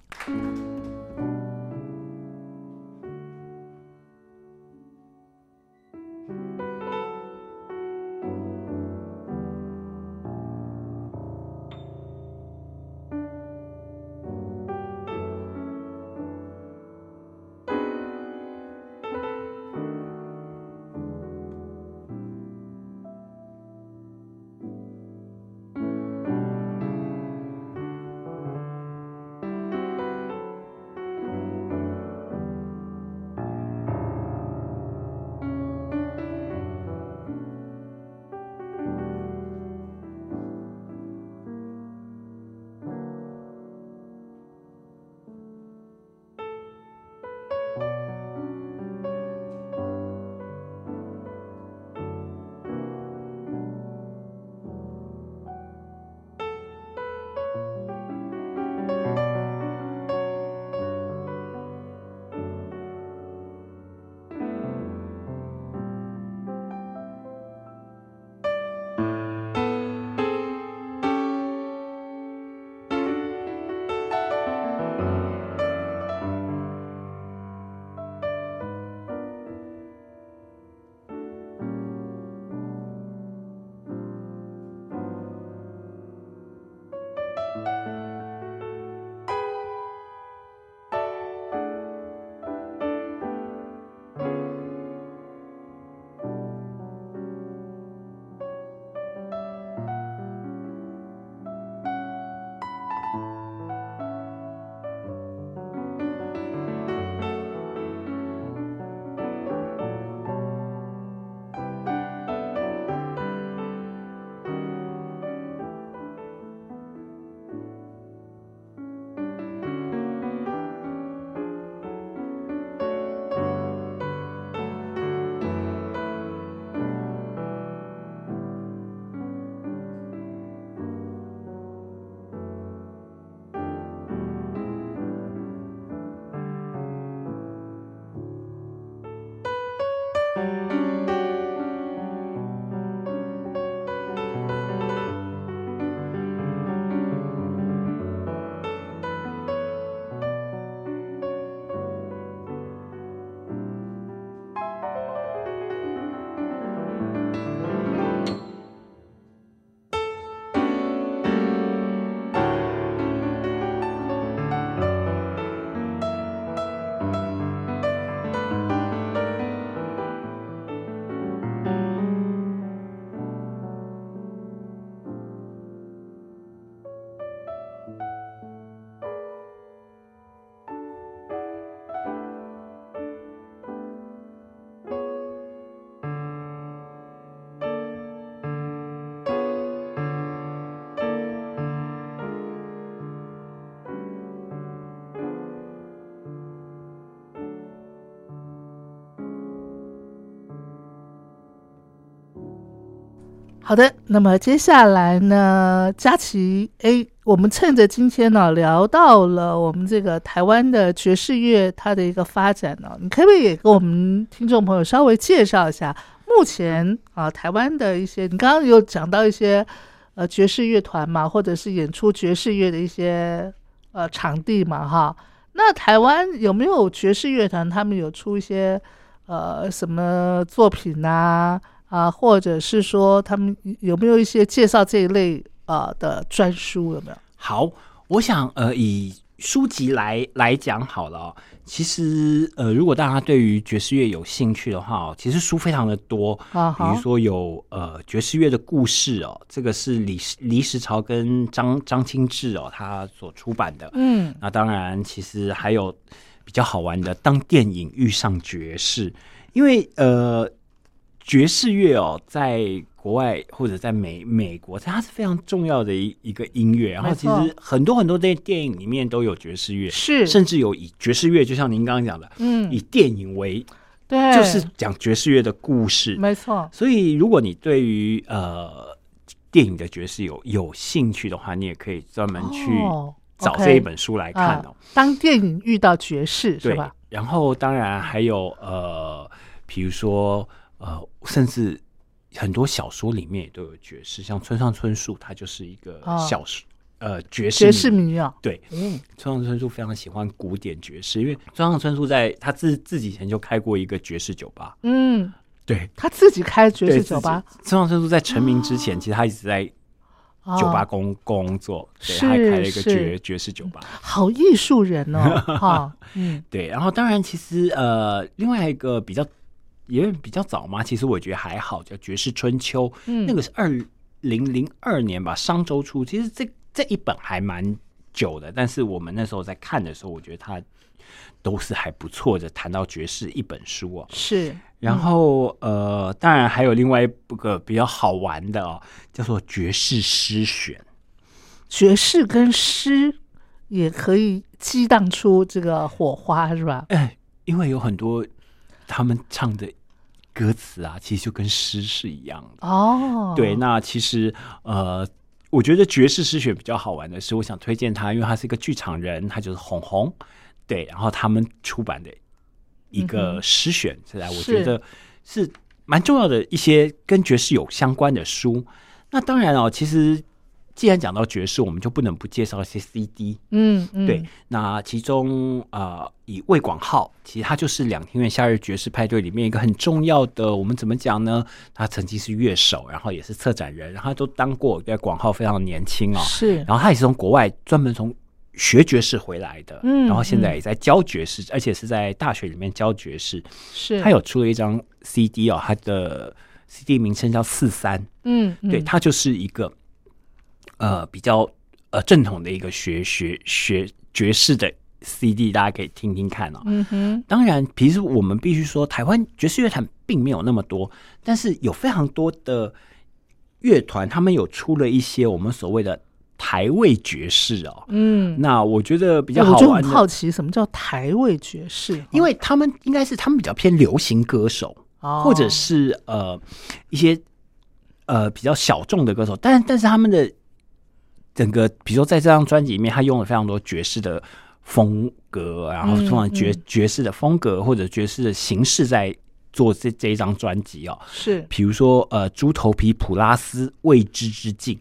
Speaker 5: 好的，那么接下来呢，佳琪，哎，我们趁着今天呢、聊到了我们这个台湾的爵士乐它的一个发展呢、你可不可以也给我们听众朋友稍微介绍一下目前啊台湾的一些？你刚刚有讲到一些呃爵士乐团嘛，或者是演出爵士乐的一些呃场地嘛，哈。那台湾有没有爵士乐团？他们有出一些呃什么作品呐、啊？或者是说他们有没有一些介绍这一类呃的专书？有没有？
Speaker 6: 好，我想呃，以书籍来来讲好了、哦。其实呃，如果大家对于爵士乐有兴趣的话哦，其实书非常的多，
Speaker 5: 啊
Speaker 6: 比
Speaker 5: 好
Speaker 6: 如说有呃爵士乐的故事哦，这个是李李石潮跟张张清志哦他所出版的。
Speaker 5: 嗯，
Speaker 6: 那当然，其实还有比较好玩的，当电影遇上爵士，因为呃，爵士乐哦，在国外或者在美美国，它是非常重要的一一个音乐。然后
Speaker 5: 没
Speaker 6: 其
Speaker 5: 错
Speaker 6: 实很多很多的电影里面都有爵士乐，
Speaker 5: 是
Speaker 6: 甚至有以爵士乐，就像您刚刚讲的，
Speaker 5: 嗯
Speaker 6: 以电影为
Speaker 5: 对，
Speaker 6: 就是讲爵士乐的故事。
Speaker 5: 没错，
Speaker 6: 所以，如果你对于呃电影的爵士有有兴趣的话，你也可以专门去
Speaker 5: 哦
Speaker 6: 找
Speaker 5: OK
Speaker 6: 这一本书来看
Speaker 5: 啊
Speaker 6: 哦。
Speaker 5: 当电影遇到爵士是
Speaker 6: 对
Speaker 5: 吧？，
Speaker 6: 然后当然还有呃，比如说呃，甚至很多小说里面也都有爵士，像村上春树，他就是一个
Speaker 5: 哦
Speaker 6: 小说、呃爵士
Speaker 5: 爵士
Speaker 6: 迷
Speaker 5: 迷啊，
Speaker 6: 对，
Speaker 5: 嗯，
Speaker 6: 村上春树非常喜欢古典爵士，因为村上春树在他自自己以前就开过一个爵士酒吧，
Speaker 5: 嗯，
Speaker 6: 对，
Speaker 5: 他自己开爵
Speaker 6: 对
Speaker 5: 士
Speaker 6: 自
Speaker 5: 酒吧，啊
Speaker 6: 己村上春树在成名之前，其实他一直在
Speaker 5: 哦
Speaker 6: 酒吧工工作，对，
Speaker 5: 是
Speaker 6: 他还开了一个
Speaker 5: 是
Speaker 6: 爵爵士酒吧。
Speaker 5: 好艺术人哦，
Speaker 6: [laughs]
Speaker 5: 哈，嗯，
Speaker 6: 对，然后当然其实呃，另外一个比较也比较早嘛，其实我觉得还好，叫《爵士春秋》，
Speaker 5: 嗯
Speaker 6: 那个是二零零二年吧，商周出。其实这这一本还蛮久的，但是我们那时候在看的时候，我觉得它都是还不错的，谈到爵士一本书哦。
Speaker 5: 是
Speaker 6: 然后呃，当然还有另外一个比较好玩的哦，叫做《爵士诗选》。
Speaker 5: 爵士跟诗也可以激荡出这个火花，是吧？
Speaker 6: 哎，因为有很多他们唱的歌词啊，其实就跟诗是一样的。
Speaker 5: 哦，
Speaker 6: 对，那其实呃，我觉得爵士诗选比较好玩的是，我想推荐他，因为他是一个剧场人，他就是红红，对，然后他们出版的一
Speaker 5: 嗯
Speaker 6: 个
Speaker 5: 哼
Speaker 6: 诗选，是啊，我
Speaker 5: 是
Speaker 6: 觉得是蛮重要的一些跟爵士有相关的书。那当然哦，其实既然讲到爵士，我们就不能不介绍一些 CD。
Speaker 5: 嗯嗯，
Speaker 6: 对，，那其中呃，以魏广浩，其实他就是两厅院夏日爵士派对里面一个很重要的，我们怎么讲呢？他曾经是乐手，然后也是策展人，然后他都当过。对，广浩非常年轻哦，
Speaker 5: 是
Speaker 6: 然后他也是从国外专门从学爵士回来的，
Speaker 5: 嗯
Speaker 6: 然后现在
Speaker 5: 嗯
Speaker 6: 也在教爵士，而且是在大学里面教爵士。
Speaker 5: 是，
Speaker 6: 他有出了一张 CD 哦，他的 CD 名称叫四三，
Speaker 5: 嗯，嗯
Speaker 6: 对，它就是一个呃比较呃正统的一个学学学爵士的 CD，大家可以听听看哦。
Speaker 5: 嗯哼，
Speaker 6: 当然，其实我们必须说，台湾爵士乐坛并没有那么多，但是有非常多的乐团，他们有出了一些我们所谓的台味爵士哦。
Speaker 5: 嗯，
Speaker 6: 那哎我觉得比
Speaker 5: 比
Speaker 6: 较好
Speaker 5: 我就
Speaker 6: 玩
Speaker 5: 很
Speaker 6: 的，哦
Speaker 5: 好奇，什么叫台味爵士？
Speaker 6: 因为他们应该是他们比较偏流行歌手，
Speaker 5: 哦
Speaker 6: 或者是呃一些呃比较小众的歌手，但但是他们的整个，比如说在这张专辑里面，他用了非常多爵士的风格，然后
Speaker 5: 嗯
Speaker 6: 通常爵、
Speaker 5: 嗯
Speaker 6: 爵士的风格或者爵士的形式在做这这一张专辑哦，
Speaker 5: 是，
Speaker 6: 比如说呃猪头皮普拉斯未知之境，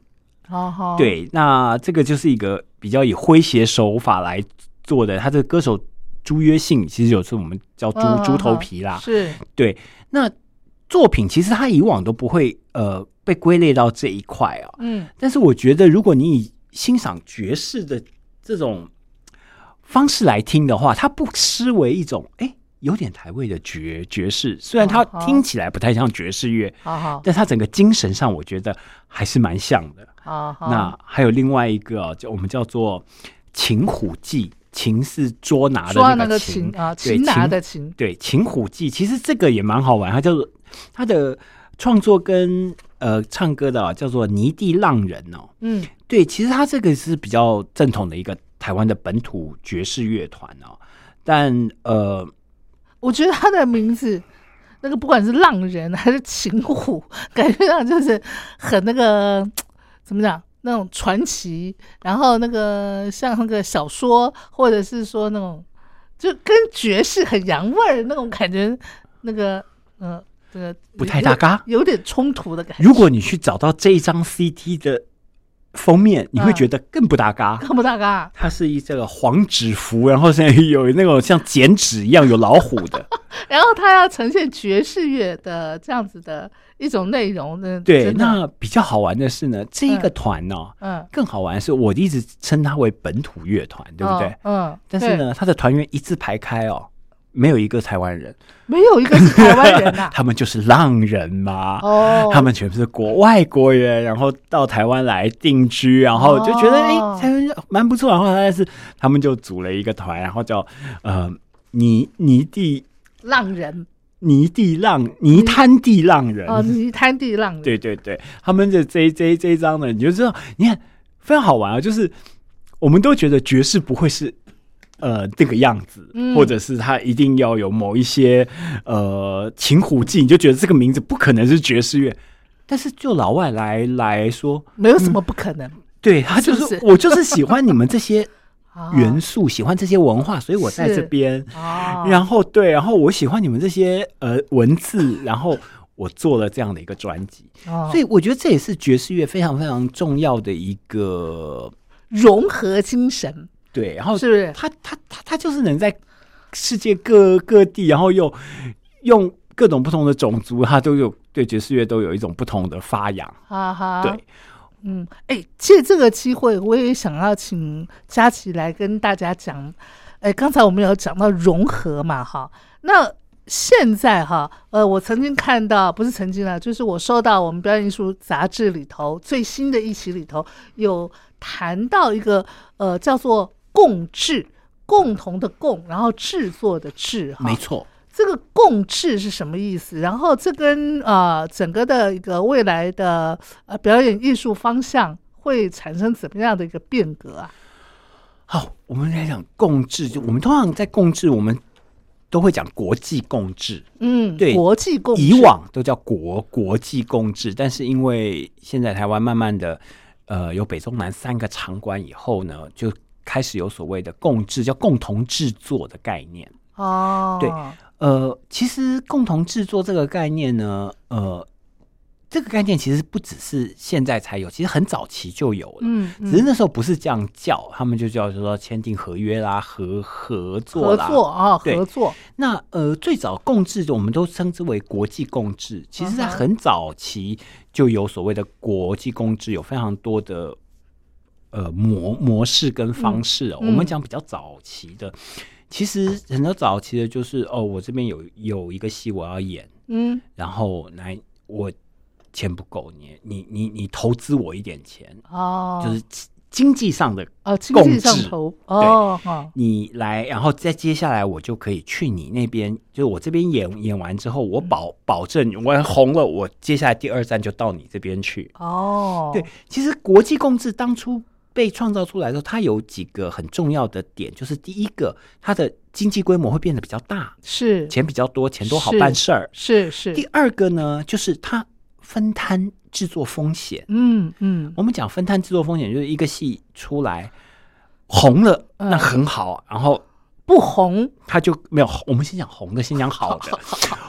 Speaker 5: 好哦好，
Speaker 6: 对，那这个就是一个比较以诙谐手法来做的，他这个歌手。朱约信其实有次我们叫猪
Speaker 5: 嗯，嗯
Speaker 6: 猪头
Speaker 5: 嗯
Speaker 6: 皮啦，
Speaker 5: 是，
Speaker 6: 对，那作品其实它以往都不会呃被归类到这一块啊、
Speaker 5: 嗯，
Speaker 6: 但是我觉得，如果你以欣赏爵士的这种方式来听的话，它不失为一种哎有点台味的爵爵士，虽然它
Speaker 5: 嗯好
Speaker 6: 听起来不太像爵士乐，
Speaker 5: 好好，
Speaker 6: 但它整个精神上我觉得还是蛮像的。
Speaker 5: 好好，
Speaker 6: 那还有另外一个哦、就我们叫做擒虎记。擒是捉拿的
Speaker 5: 说到那
Speaker 6: 个
Speaker 5: 个
Speaker 6: 擒
Speaker 5: 琴啊，
Speaker 6: 对
Speaker 5: 擒拿的擒，
Speaker 6: 对《擒虎记》，其实这个也蛮好玩，它叫做它的创作跟呃唱歌的、啊、叫做泥地浪人哦。
Speaker 5: 嗯，
Speaker 6: 对，其实它这个是比较正统的一个台湾的本土爵士乐团哦，但呃，
Speaker 5: 我觉得他的名字那个不管是浪人还是秦虎， [laughs] 感觉上就是很那个怎么讲那种传奇，然后那个像那个小说，或者是说那种就跟爵士很洋味儿那种感觉，那个呃，这个
Speaker 6: 不太搭嘎
Speaker 5: 有有点冲突的感觉。
Speaker 6: 如果你去找到这一张 CD 的封面，你
Speaker 5: 嗯
Speaker 6: 会觉得更不搭嘎。
Speaker 5: 看不大嘎，
Speaker 6: 它是一这个黄纸符，然后是有那种像剪纸一样有老虎
Speaker 5: [laughs]
Speaker 6: 的，
Speaker 5: 然后他要呈现爵士乐的这样子的一种内容，那
Speaker 6: 对。
Speaker 5: 真的
Speaker 6: 那比较好玩的是呢，这个团哦呢、
Speaker 5: 嗯，
Speaker 6: 更好玩的是我一直称它为本土乐团，对不对？
Speaker 5: 哦嗯，
Speaker 6: 但是
Speaker 5: 对，
Speaker 6: 呢，它的团员一字排开哦，没有一个台湾人，
Speaker 5: 没有一个是台湾人呐。
Speaker 6: [laughs] 他们就是浪人嘛。
Speaker 5: 哦，
Speaker 6: 他们全部是国外国人，然后到台湾来定居，然后就觉得哎、
Speaker 5: 哦
Speaker 6: 台湾蛮不错。然后但是他们就组了一个团，然后叫呃泥泥地
Speaker 5: 浪人
Speaker 6: 泥地浪泥滩地浪人。
Speaker 5: 嗯哦，泥滩地浪人，
Speaker 6: 对对对，他们的这一这一这一张呢，你就知道，你看非常好玩啊，就是我们都觉得爵士不会是。呃，这个样子，
Speaker 5: 嗯
Speaker 6: 或者是他一定要有某一些呃情虎记，你就觉得这个名字不可能是爵士乐。但是就老外来来说，
Speaker 5: 没有什么不可能
Speaker 6: 对他就是
Speaker 5: 是不是
Speaker 6: 我就是喜欢你们
Speaker 5: [laughs]
Speaker 6: 这些
Speaker 5: 啊
Speaker 6: 元素，喜欢这些文化，所以我在
Speaker 5: 是
Speaker 6: 这边。
Speaker 5: 哦，
Speaker 6: 然后对，然后我喜欢你们这些呃文字，然后我做了这样的一个专辑。
Speaker 5: 所
Speaker 6: 所以我觉得这也是爵士乐非常非常重要的一个
Speaker 5: 融合精神
Speaker 6: 对，然后
Speaker 5: 是不是
Speaker 6: 他他他他就是能在世界各各地，然后又用各种不同的种族，他都有对爵士乐都有一种不同的发扬。
Speaker 5: 哈啊哈，
Speaker 6: 对，
Speaker 5: 嗯，哎，借这个机会，我也想要请佳琪来跟大家讲，哎，刚才我们有讲到融合嘛，哈，那现在哈，呃，我曾经看到，不是曾经啊，就是我收到我们表演艺术杂志里头最新的一期里头有谈到一个呃叫做共制。共同的共，然后制作的制，哈，
Speaker 6: 没错，
Speaker 5: 这个共治是什么意思？然后这跟呃整个的一个未来的呃表演艺术方向会产生怎么样的一个变革啊？
Speaker 6: 好，我们来讲共治，就我们通常在共治，我们都会讲国际共治。
Speaker 5: 嗯，
Speaker 6: 对
Speaker 5: 国际共治
Speaker 6: 以往都叫国国际共治，但是因为现在台湾慢慢的，呃，有北中南三个场馆以后呢，就开始有所谓的共治，叫共同制作的概念。
Speaker 5: 哦，
Speaker 6: 对呃，其实共同制作这个概念呢，呃，这个概念其实不只是现在才有，其实很早期就有了。
Speaker 5: 嗯，嗯
Speaker 6: 只是那时候不是这样叫，他们就叫说签订合约啦、合合作
Speaker 5: 合
Speaker 6: 啦、
Speaker 5: 作啊，
Speaker 6: 对
Speaker 5: 合作，
Speaker 6: 那呃，最早共治的我们都称之为国际共治，其实在
Speaker 5: 嗯哼
Speaker 6: 很早期就有所谓的国际共治，有非常多的呃模模式跟方式、哦
Speaker 5: 嗯
Speaker 6: 我们讲比较早期的，其实很多早期的就是哦，我这边有有一个戏我要演，
Speaker 5: 嗯，
Speaker 6: 然后来我钱不够，你你你你投资我一点钱，
Speaker 5: 哦，
Speaker 6: 就是经济上的
Speaker 5: 哦，经
Speaker 6: 共
Speaker 5: 济
Speaker 6: 治
Speaker 5: 上头，哦，哦，
Speaker 6: 你来，然后再接下来我就可以去你那边，就是我这边演演完之后，我
Speaker 5: 嗯
Speaker 6: 保保证我红了，我接下来第二站就到你这边去。
Speaker 5: 哦，
Speaker 6: 对，，其实国际共治当初被创造出来的时候，它有几个很重要的点，就是第一个，它的经济规模会变得比较大，
Speaker 5: 是，
Speaker 6: 钱比较多，钱多好办事儿。
Speaker 5: 是是，
Speaker 6: 第二个呢，就是它分摊制作风险。
Speaker 5: 嗯嗯，
Speaker 6: 我们讲分摊制作风险，就是一个戏出来红了，
Speaker 5: 嗯
Speaker 6: 那很好，然后
Speaker 5: 不红，
Speaker 6: 他就没有。我们先讲红的，先讲好的。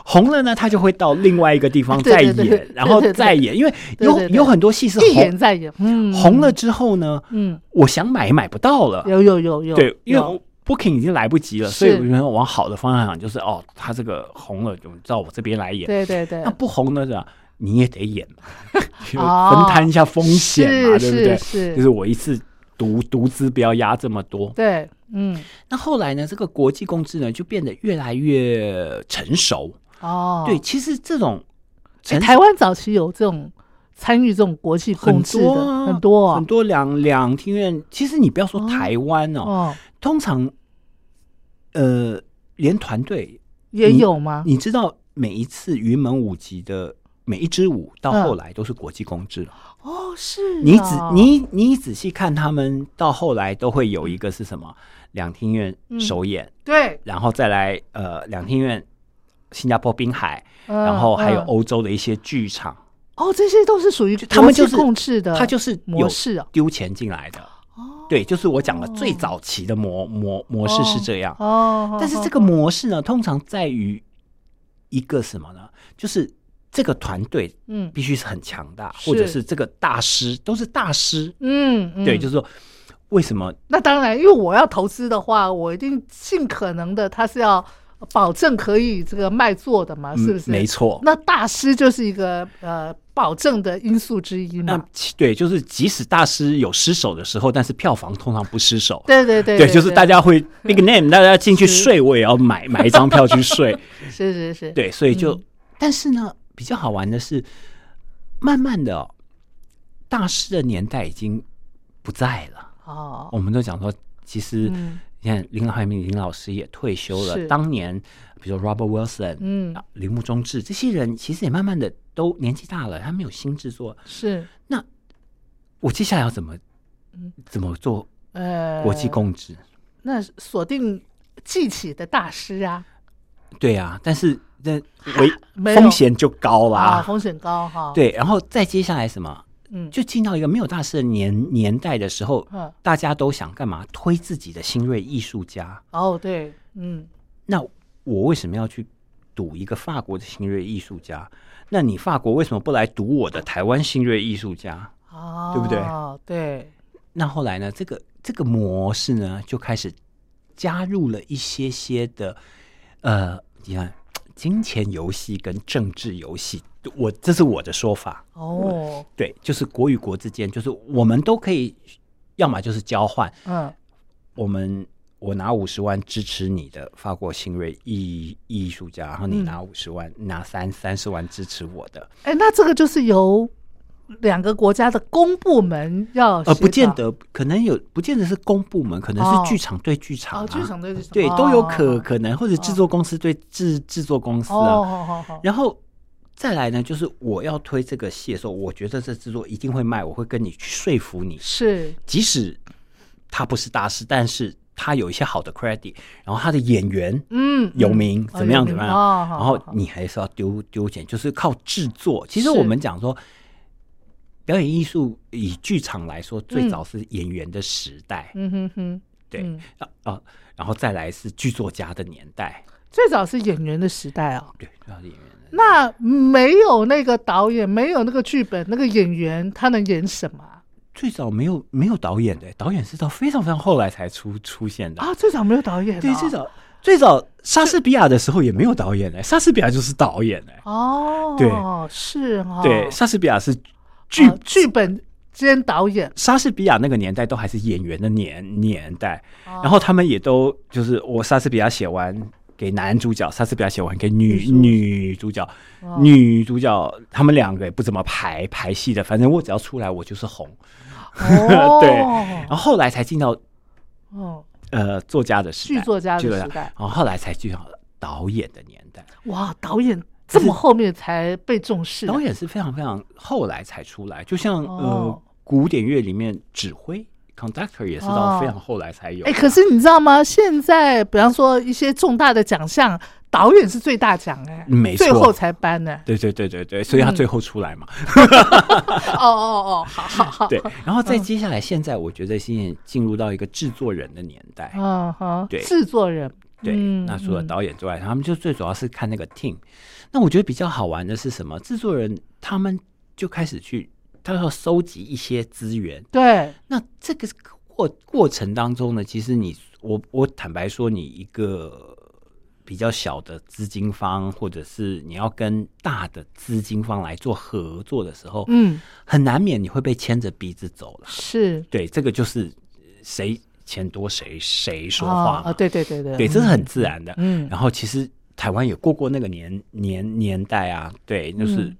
Speaker 6: 红了呢，他就会到另外一个地
Speaker 5: [laughs]
Speaker 6: 方
Speaker 5: 对
Speaker 6: 再
Speaker 5: 对
Speaker 6: 演，
Speaker 5: 对对
Speaker 6: 然后
Speaker 5: 对对对
Speaker 6: 再演，因为
Speaker 5: 对
Speaker 6: 有
Speaker 5: 对对
Speaker 6: 有很多戏是
Speaker 5: 一演
Speaker 6: 红
Speaker 5: 再演，嗯，
Speaker 6: 红了，之后呢，
Speaker 5: 嗯，
Speaker 6: 我想买也买不到了，
Speaker 5: 有有有有，
Speaker 6: 对，因为
Speaker 5: 有
Speaker 6: 我 booking 已经来不及了，所以
Speaker 5: 是
Speaker 6: 我觉得往好的方向想，就是哦，他这个红了，就到我这边来演。
Speaker 5: 对对对
Speaker 6: 那，不红呢，是吧你也得演嘛，
Speaker 5: [laughs]
Speaker 6: 就
Speaker 5: 哦
Speaker 6: 分摊一下风险嘛，对
Speaker 5: 是
Speaker 6: 不对？
Speaker 5: 是
Speaker 6: 就是我一次独独资不要压这么多，
Speaker 5: 对，嗯，
Speaker 6: 那后来呢，这个国际共治呢就变得越来越成熟。
Speaker 5: 哦，
Speaker 6: 对，其实这种
Speaker 5: 哎
Speaker 6: 成熟
Speaker 5: 台湾早期有这种参与这种国际
Speaker 6: 很
Speaker 5: 共治
Speaker 6: 多啊
Speaker 5: 的，很多啊
Speaker 6: 很多两两厅院，其实你不要说
Speaker 5: 哦
Speaker 6: 台湾哦，
Speaker 5: 哦，
Speaker 6: 通常呃，连团队
Speaker 5: 也
Speaker 6: 你
Speaker 5: 有吗？
Speaker 6: 你知道每一次云门舞集的。每一支舞到
Speaker 5: 嗯
Speaker 6: 后来都是国际共治了。
Speaker 5: 哦，是
Speaker 6: 你仔
Speaker 5: 啊
Speaker 6: 你你仔细看，他们到后来都会有一个是什么两厅院
Speaker 5: 嗯
Speaker 6: 首演，
Speaker 5: 对
Speaker 6: 然后再来呃两厅院新加坡滨海，
Speaker 5: 嗯
Speaker 6: 然后还有
Speaker 5: 嗯
Speaker 6: 欧洲的一些剧场，
Speaker 5: 哦，这些都是属于
Speaker 6: 就他们
Speaker 5: 国际
Speaker 6: 就是
Speaker 5: 共治的，
Speaker 6: 它就是
Speaker 5: 模
Speaker 6: 有
Speaker 5: 式哦。
Speaker 6: 丢钱进来的。对，就是我讲的最早期的模模模式是这样。
Speaker 5: 哦，
Speaker 6: 但是这个模式呢，通常在于一个什么呢？就是这个团队
Speaker 5: 嗯
Speaker 6: 必须是很强大，
Speaker 5: 是
Speaker 6: 或者是这个大师都是大师。
Speaker 5: 嗯，嗯
Speaker 6: 对，就是说为什么
Speaker 5: 那当然，因为我要投资的话，我一定尽可能的，他是要保证可以这个卖座的嘛，
Speaker 6: 嗯
Speaker 5: 是不是？
Speaker 6: 没错
Speaker 5: 那大师就是一个呃保证的因素之一
Speaker 6: 那
Speaker 5: 嘛。
Speaker 6: 其对，就是即使大师有失手的时候，但是票房通常不失手。
Speaker 5: 对对对
Speaker 6: 就是大家
Speaker 5: [laughs]
Speaker 6: 会 big name，大家进去
Speaker 5: 是
Speaker 6: 睡，我也要买买一张票去
Speaker 5: [laughs]
Speaker 6: 睡。
Speaker 5: 是是是，
Speaker 6: 对，所以就、
Speaker 5: 嗯
Speaker 6: 但是呢，比较好玩的是，慢慢的、哦，大师的年代已经不在了。
Speaker 5: 哦，
Speaker 6: 我们都讲说，其实、
Speaker 5: 嗯
Speaker 6: 你看林海明林老师也退休了
Speaker 5: 是，
Speaker 6: 当年比如说 Robert Wilson，
Speaker 5: 嗯
Speaker 6: 啊、铃木忠志这些人，其实也慢慢的都年纪大了，他们有新制作。
Speaker 5: 是
Speaker 6: 那我接下来要怎么
Speaker 5: 嗯
Speaker 6: 怎么做
Speaker 5: 呃，
Speaker 6: 国际共治？
Speaker 5: 那锁定记起的大师啊，
Speaker 6: 对啊，但是那危
Speaker 5: [laughs] 没有
Speaker 6: 风险就高
Speaker 5: 啊，
Speaker 6: 啦。
Speaker 5: 风险高哈。，
Speaker 6: 对，然后再接下来什么？
Speaker 5: 嗯，
Speaker 6: 就进到一个没有大师的年年代的时候
Speaker 5: 嗯，
Speaker 6: 大家都想干嘛？推自己的新锐艺术家。
Speaker 5: 哦对，嗯
Speaker 6: 那我为什么要去赌一个法国的新锐艺术家？那你法国为什么不来赌我的台湾新锐艺术家？
Speaker 5: 哦，
Speaker 6: 对不对？
Speaker 5: 对，
Speaker 6: 那后来呢？这个这个模式呢，就开始加入了一些些的，呃，你看，金钱游戏跟政治游戏，我这是我的说法。
Speaker 5: 哦，
Speaker 6: 对，就是国与国之间，就是我们都可以，要么就是交换，
Speaker 5: 嗯
Speaker 6: 我们我拿五十万支持你的法国新锐艺艺术家，然后你
Speaker 5: 嗯
Speaker 6: 拿五十万，你拿三三十万支持我的，
Speaker 5: 哎，那这个就是由两个国家的公部门要
Speaker 6: 呃，
Speaker 5: 协
Speaker 6: 不见
Speaker 5: 调
Speaker 6: 得，可能有，不见得是公部门，可能
Speaker 5: 哦
Speaker 6: 是剧场对剧场、啊
Speaker 5: 哦，剧场对剧场，
Speaker 6: 对
Speaker 5: 哦
Speaker 6: 都有可
Speaker 5: 哦
Speaker 6: 可能，或者制作公司对制制作公司
Speaker 5: 哦
Speaker 6: 啊，
Speaker 5: 好好好，
Speaker 6: 然后再来呢，就是我要推这个戏的时候，我觉得这制作一定会卖，我会跟你去说服你，
Speaker 5: 是
Speaker 6: 即使他不是大师，但是他有一些好的 credit，然后他的演员
Speaker 5: 嗯
Speaker 6: 有名，
Speaker 5: 嗯
Speaker 6: 怎么样
Speaker 5: 哦有名
Speaker 6: 怎么样，
Speaker 5: 哦好
Speaker 6: 然后
Speaker 5: 好好
Speaker 6: 你还是要丢丢钱，就是靠制作。其实
Speaker 5: 是
Speaker 6: 我们讲说，表演艺术以剧场来说，最早是演员的时代，
Speaker 5: 嗯哼哼，
Speaker 6: 对
Speaker 5: 嗯
Speaker 6: 啊啊，然后再来是剧作家的年代，
Speaker 5: 最早是演员的时代哦。
Speaker 6: 对，最早是演员的。
Speaker 5: 那没有那个导演，没有那个剧本，那个演员他能演什么啊
Speaker 6: 最早没有没有导演的，导演是到非常非常后来才出出现的
Speaker 5: 啊？最早没有导演哦，
Speaker 6: 对，最早最早莎士比亚的时候也没有导演哎、莎士比亚就是导演哎、
Speaker 5: 哦，
Speaker 6: 对，
Speaker 5: 是哦，
Speaker 6: 对，
Speaker 5: 哦
Speaker 6: 莎士比亚是剧、
Speaker 5: 剧本兼导
Speaker 6: [laughs]
Speaker 5: 演，
Speaker 6: 莎士比亚那个年代都还是演员的年年代，然后他们也都就是我莎士比亚写完给男主角，莎士比亚写完给女女主角，女主角他们两个也不怎么排排戏的，反正我只要出来我就是红，
Speaker 5: 哦
Speaker 6: 对，然后后来才进到
Speaker 5: 哦，
Speaker 6: 呃作家的时代，
Speaker 5: 剧作家的时代
Speaker 6: 然后后来才进到导演的年代，
Speaker 5: 哇，导演这么后面才被重视啊，
Speaker 6: 导演是非常非常后来才出来，就像、
Speaker 5: 哦
Speaker 6: 呃古典乐里面指挥 conductor 也是
Speaker 5: 哦
Speaker 6: 到非常后来才有的，啊
Speaker 5: 哎、可是你知道吗？现在比方说一些重大的奖项，导演是最大奖哎、
Speaker 6: 没错
Speaker 5: 最后才颁呢、
Speaker 6: 对对对对对，所以
Speaker 5: 嗯
Speaker 6: 他最后出来嘛。
Speaker 5: [laughs] 哦哦哦，好好好，嗯
Speaker 6: 对，然后再接下来，现在我觉得现在进入到一个制作人的年代。
Speaker 5: 嗯哼，
Speaker 6: 对
Speaker 5: 制作人，
Speaker 6: 对，
Speaker 5: 嗯
Speaker 6: 那除了
Speaker 5: 嗯
Speaker 6: 导演之外，他们就最主要是看那个 team。那我觉得比较好玩的是什么？制作人他们就开始去，他要收集一些资源。
Speaker 5: 对，
Speaker 6: 那这个过过程当中呢，其实你我我坦白说，你一个比较小的资金方，或者是你要跟大的资金方来做合作的时候，
Speaker 5: 嗯，
Speaker 6: 很难免你会被牵着鼻子走了。
Speaker 5: 是
Speaker 6: 对，这个就是呃谁钱多谁谁说
Speaker 5: 啊
Speaker 6: 话
Speaker 5: 啊、
Speaker 6: 嘛、
Speaker 5: 哦对对对对，
Speaker 6: 对，这是很自然的。
Speaker 5: 嗯
Speaker 6: 然后其实台湾也过过那个年年年代啊，对，就是
Speaker 5: 嗯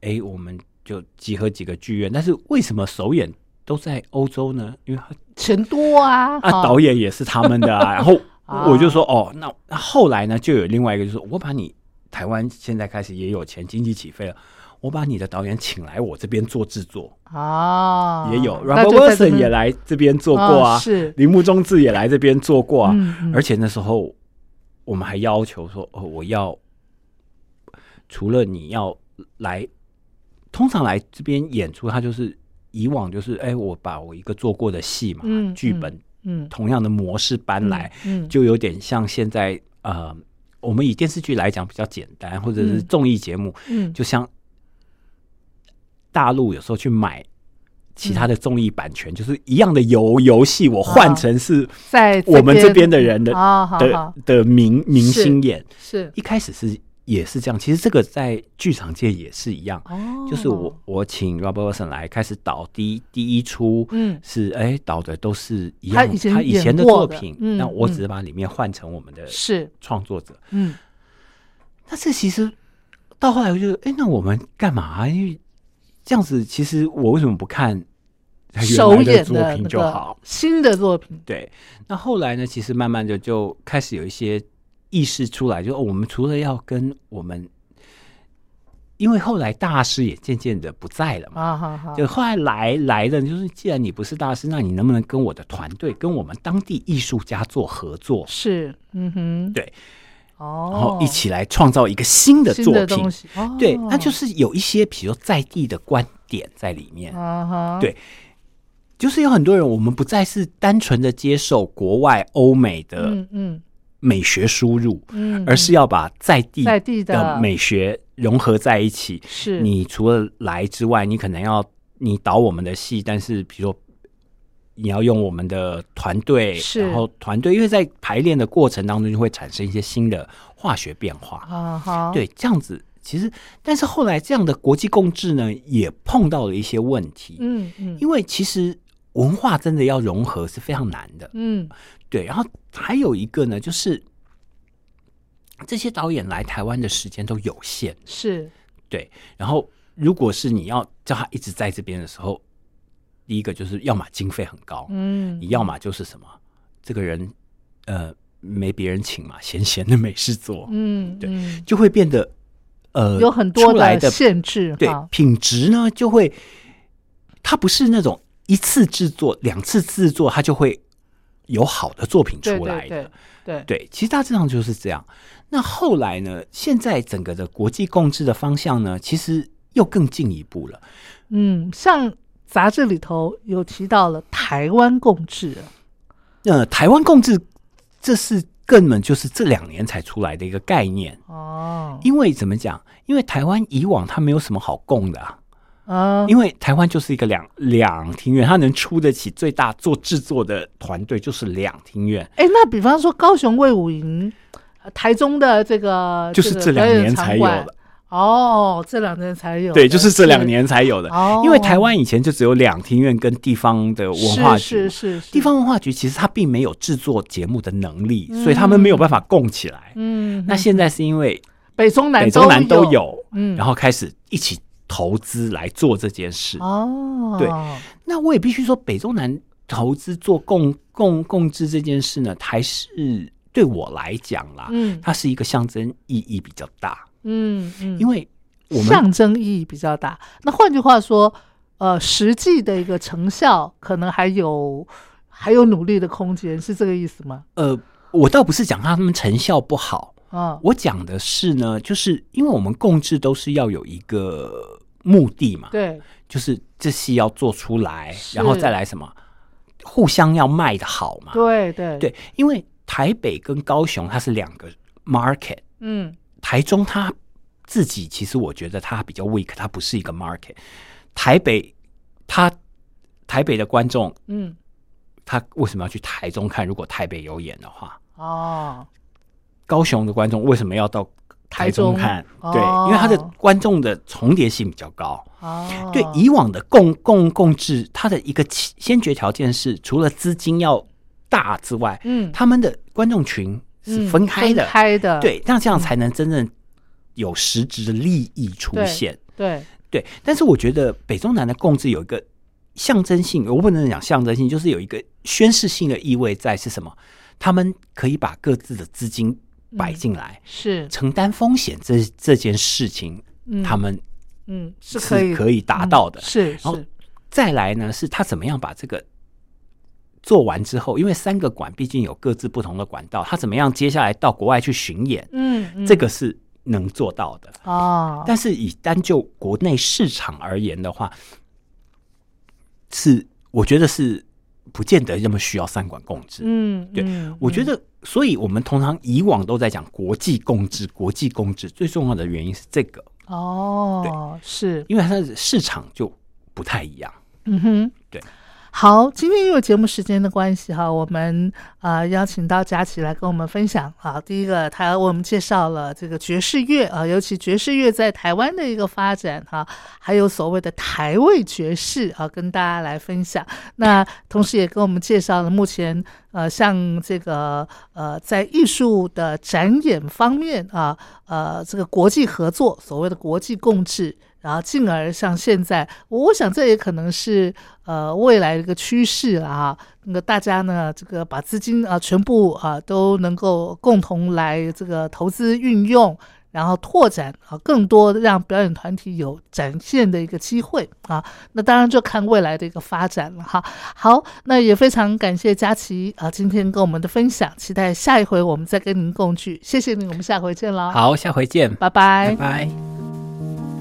Speaker 6: 哎、诶我们就集合几个剧院，但是为什么首演都在欧洲呢？因为
Speaker 5: 哦
Speaker 6: 他
Speaker 5: 钱多啊
Speaker 6: 啊，导演也是他们
Speaker 5: [laughs]
Speaker 6: 的啊。然后
Speaker 5: 啊
Speaker 6: 我就说，哦，那那后来呢，就有另外一个，就是我把你台湾现在开始也有钱，经济起飞了，我把你的导演请来我这边做制作，
Speaker 5: 啊
Speaker 6: 也有
Speaker 5: 那
Speaker 6: Robert
Speaker 5: 就在这
Speaker 6: Wilson
Speaker 5: 边
Speaker 6: 也来这边做过啊，
Speaker 5: 啊是
Speaker 6: 铃木忠志也来这边做过啊
Speaker 5: 嗯嗯，
Speaker 6: 而且那时候我们还要求说，哦，我要除了你要来，通常来这边演出，它就是以往就是哎，我把我一个做过的戏嘛，
Speaker 5: 嗯
Speaker 6: 剧本
Speaker 5: 嗯，
Speaker 6: 同样的模式搬来，
Speaker 5: 嗯，
Speaker 6: 就有点像现在呃，我们以电视剧来讲比较简单，或者是
Speaker 5: 嗯
Speaker 6: 综艺节目，
Speaker 5: 嗯
Speaker 6: 就像大陆有时候去买。其他的综艺版权、就是一样的游游戏，我换成是
Speaker 5: 哦在
Speaker 6: 我们这边的人的、
Speaker 5: 哦，好
Speaker 6: 的
Speaker 5: 好
Speaker 6: 的明明
Speaker 5: 是
Speaker 6: 星演，
Speaker 5: 是
Speaker 6: 一开始是也是这样，其实这个在剧场界也是一样，
Speaker 5: 哦，
Speaker 6: 就是我我请 Robert Wilson 来开始导第一第一出，
Speaker 5: 嗯
Speaker 6: 是哎、导的都是一
Speaker 5: 他
Speaker 6: 样
Speaker 5: 以前
Speaker 6: 他以
Speaker 5: 演
Speaker 6: 前的
Speaker 5: 过
Speaker 6: 作
Speaker 5: 的
Speaker 6: 品，
Speaker 5: 嗯
Speaker 6: 那我
Speaker 5: 嗯
Speaker 6: 只是把里面换成我们的
Speaker 5: 是
Speaker 6: 创作者，
Speaker 5: 嗯
Speaker 6: 那这其实到后来我就哎、那我们干嘛？因为这样子，其实我为什么不看他
Speaker 5: 首
Speaker 6: 原来
Speaker 5: 演
Speaker 6: 的作
Speaker 5: 的
Speaker 6: 品
Speaker 5: 那
Speaker 6: 就
Speaker 5: 个
Speaker 6: 好？
Speaker 5: 新的作品，
Speaker 6: 对，那后来呢，其实慢慢的就开始有一些意识出来，就、哦、我们除了要跟我们，因为后来大师也渐渐的不在了嘛，
Speaker 5: 啊，好好，
Speaker 6: 就后来来来的就是，既然你不是大师，那你能不能跟我的团队，跟我们当地艺术家做合作，
Speaker 5: 是嗯哼，
Speaker 6: 对，
Speaker 5: 哦，
Speaker 6: 然后一起来创造一个新的
Speaker 5: 新
Speaker 6: 作
Speaker 5: 的
Speaker 6: 品
Speaker 5: 东？西，哦
Speaker 6: 对，那就是有一些，比如说在地的观点在里面。
Speaker 5: 啊哈，
Speaker 6: 对就是有很多人，我们不再是单纯的接受国外欧美的
Speaker 5: 嗯嗯
Speaker 6: 美学输入，
Speaker 5: 嗯，
Speaker 6: 而是要把在地
Speaker 5: 在地的
Speaker 6: 的美学融合在一起。
Speaker 5: 是
Speaker 6: 你除了来之外，你可能要你导我们的戏，但是比如说你要用我们的团队，
Speaker 5: 是
Speaker 6: 然后团队因为在排练的过程当中就会产生一些新的化学变化。
Speaker 5: 啊哈，
Speaker 6: 对，这样子其实，但是后来这样的国际共治呢，也碰到了一些问题，
Speaker 5: 嗯，嗯嗯
Speaker 6: 因为其实文化真的要融合是非常难的。
Speaker 5: 嗯
Speaker 6: 对，然后还有一个呢，就是这些导演来台湾的时间都有限，
Speaker 5: 是
Speaker 6: 对。然后如果是你要叫他一直在这边的时候，第一个就是要么经费很高，
Speaker 5: 嗯
Speaker 6: 你要么就是什么，这个人呃没别人请嘛，闲闲的没事做，
Speaker 5: 嗯
Speaker 6: 对
Speaker 5: 嗯
Speaker 6: 就会变得呃
Speaker 5: 有很多
Speaker 6: 出来的
Speaker 5: 限制
Speaker 6: 对
Speaker 5: 哈，
Speaker 6: 品质呢就会，它不是那种一次制作、两次制作，它就会有好的作品出
Speaker 5: 对
Speaker 6: 来的。
Speaker 5: 对对对
Speaker 6: 对，其实大致上就是这样。那后来呢？现在整个的国际共治的方向呢，其实又更进一步了。
Speaker 5: 嗯，像杂志里头有提到了台湾共治，
Speaker 6: 呃，台湾共治，这是根本就是这两年才出来的一个概念。
Speaker 5: 哦，
Speaker 6: 因为怎么讲？因为台湾以往它没有什么好供的、啊，
Speaker 5: 啊，
Speaker 6: 因为台湾就是一个两两厅院，它能出得起最大做制作的团队就是两厅院，
Speaker 5: 哎，那比方说高雄卫武营，呃台中的呃这个
Speaker 6: 就是
Speaker 5: 个
Speaker 6: 这两
Speaker 5: 表演
Speaker 6: 年
Speaker 5: 场
Speaker 6: 才有
Speaker 5: 馆
Speaker 6: 的。
Speaker 5: 哦，这两年才有的，
Speaker 6: 对，就是这两年才有的。
Speaker 5: 哦
Speaker 6: 因为台湾以前就只有两厅院跟地方的文化局
Speaker 5: 是是是
Speaker 6: 地，方文化局其实它并没有制作节目的能力，所以他们没有办法供起来。
Speaker 5: 嗯，
Speaker 6: 那现在是因为
Speaker 5: 北中南
Speaker 6: 北中南都
Speaker 5: 有，
Speaker 6: 有，
Speaker 5: 嗯
Speaker 6: 然后开始一起投资来做这件事。
Speaker 5: 哦，
Speaker 6: 对那我也必须说，北中南投资做共共共治这件事呢，还是对我来讲啦，
Speaker 5: 嗯
Speaker 6: 它是一个象征意义比较大，
Speaker 5: 嗯嗯，
Speaker 6: 因为我们
Speaker 5: 象征意义比较大。那换句话说，呃，实际的一个成效可能还有还有努力的空间，是这个意思吗？
Speaker 6: 呃，我倒不是讲他们成效不好，
Speaker 5: 啊、
Speaker 6: 我讲的是呢，就是因为我们共治都是要有一个目的嘛，
Speaker 5: 对，
Speaker 6: 就是这戏要做出来，
Speaker 5: 是
Speaker 6: 然后再来什么，互相要卖的好嘛。
Speaker 5: 对对，
Speaker 6: 对，因为台北跟高雄它是两个 market，
Speaker 5: 嗯
Speaker 6: 台中它自己其实我觉得它比较 weak，它不是一个 market。台北它台北的观众
Speaker 5: 嗯，
Speaker 6: 他为什么要去台中看？如果台北有演的话，
Speaker 5: 哦，
Speaker 6: 高雄的观众为什么要到台中看？
Speaker 5: 台中
Speaker 6: 对，
Speaker 5: 哦
Speaker 6: 因为它的观众的重叠性比较高。
Speaker 5: 哦，
Speaker 6: 对以往的共共共治，它的一个起先决条件是，除了资金要大之外，
Speaker 5: 嗯
Speaker 6: 他们的观众群是
Speaker 5: 嗯
Speaker 6: 分开的，
Speaker 5: 分开的，
Speaker 6: 对，那
Speaker 5: 嗯
Speaker 6: 这样才能真正有实质的利益出
Speaker 5: 对
Speaker 6: 现。
Speaker 5: 对，
Speaker 6: 对，但是我觉得北中南的共治有一个象征性，我不能讲象征性，就是有一个宣示性的意味在是什么？他们可以把各自的资金
Speaker 5: 嗯
Speaker 6: 摆进来，
Speaker 5: 是，
Speaker 6: 承担风险这这件事情，
Speaker 5: 嗯
Speaker 6: 他们
Speaker 5: 嗯，是
Speaker 6: 是
Speaker 5: 可以
Speaker 6: 可以达到的
Speaker 5: 嗯是
Speaker 6: 然后
Speaker 5: 是，
Speaker 6: 再来呢，是他怎么样把这个做完之后，因为三个馆毕竟有各自不同的管道，他怎么样接下来到国外去巡演，
Speaker 5: 嗯，嗯
Speaker 6: 这个是能做到的。
Speaker 5: 哦，
Speaker 6: 但是以单就国内市场而言的话，是我觉得是不见得那么需要三管共治。
Speaker 5: 嗯，
Speaker 6: 对
Speaker 5: 嗯
Speaker 6: 我觉
Speaker 5: 嗯
Speaker 6: 得，所以我们通常以往都在讲国际共治，国际共治最重要的原因是这个，
Speaker 5: 哦，是，
Speaker 6: 因为它的市场就不太一样。
Speaker 5: 嗯哼，
Speaker 6: 对。
Speaker 5: 好，今天因为节目时间的关系哈，我们呃邀请到佳琪来跟我们分享啊。第一个，他为我们介绍了这个爵士乐啊，尤其爵士乐在台湾的一个发展哈、还有所谓的台味爵士啊，跟大家来分享。那同时也跟我们介绍了目前呃，像这个呃，在艺术的展演方面啊，呃，这个国际合作，所谓的国际共治，然后进而像现在，我想这也可能是呃未来的一个趋势了啊。那个大家呢，这个把资金啊、呃全部啊、都能够共同来这个投资运用，然后拓展啊更多让表演团体有展现的一个机会啊。那当然就看未来的一个发展了哈。好，那也非常感谢佳琪啊，今天跟我们的分享，期待下一回我们再跟您共聚。谢谢您，我们下回见了，，
Speaker 6: 好，下回见，
Speaker 5: 拜拜
Speaker 6: 拜。拜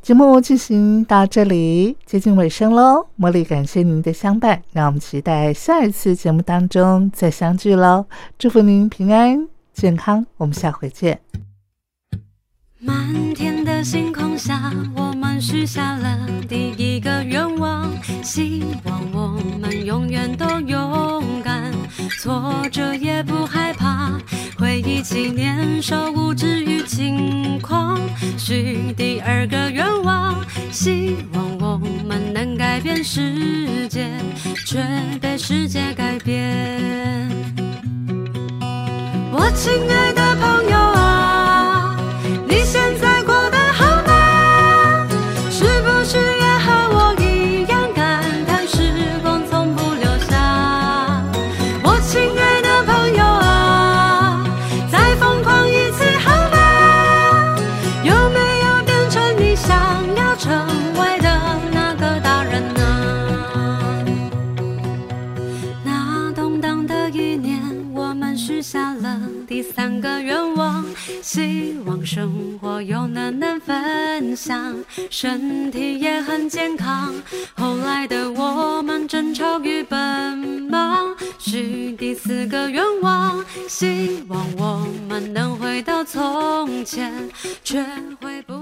Speaker 5: 节目进行到这里，接近尾声喽。茉莉感谢您的相伴，让我们期待下一次节目当中再相聚喽。祝福您平安健康，我们下回见。
Speaker 1: 满天的星空下，我们许下了第一个愿望，希望我们永远都勇敢，挫折也不害怕。回忆起年少无知与轻狂，许第二个愿望，希望我们能改变世界，却被世界改变。我亲爱的朋友啊，你现在过得好吗？是不是也和我一样感叹时光从不留下？我亲爱的朋友啊，再疯狂一次好吗？有没有变成你想要成为的那个大人啊？那动荡的一年，我们许下了第三个愿望，希望生活有能能分享，身体也很健康。后来的我们争吵与奔忙，许第四个愿望，希望我们能回到从前，却回不。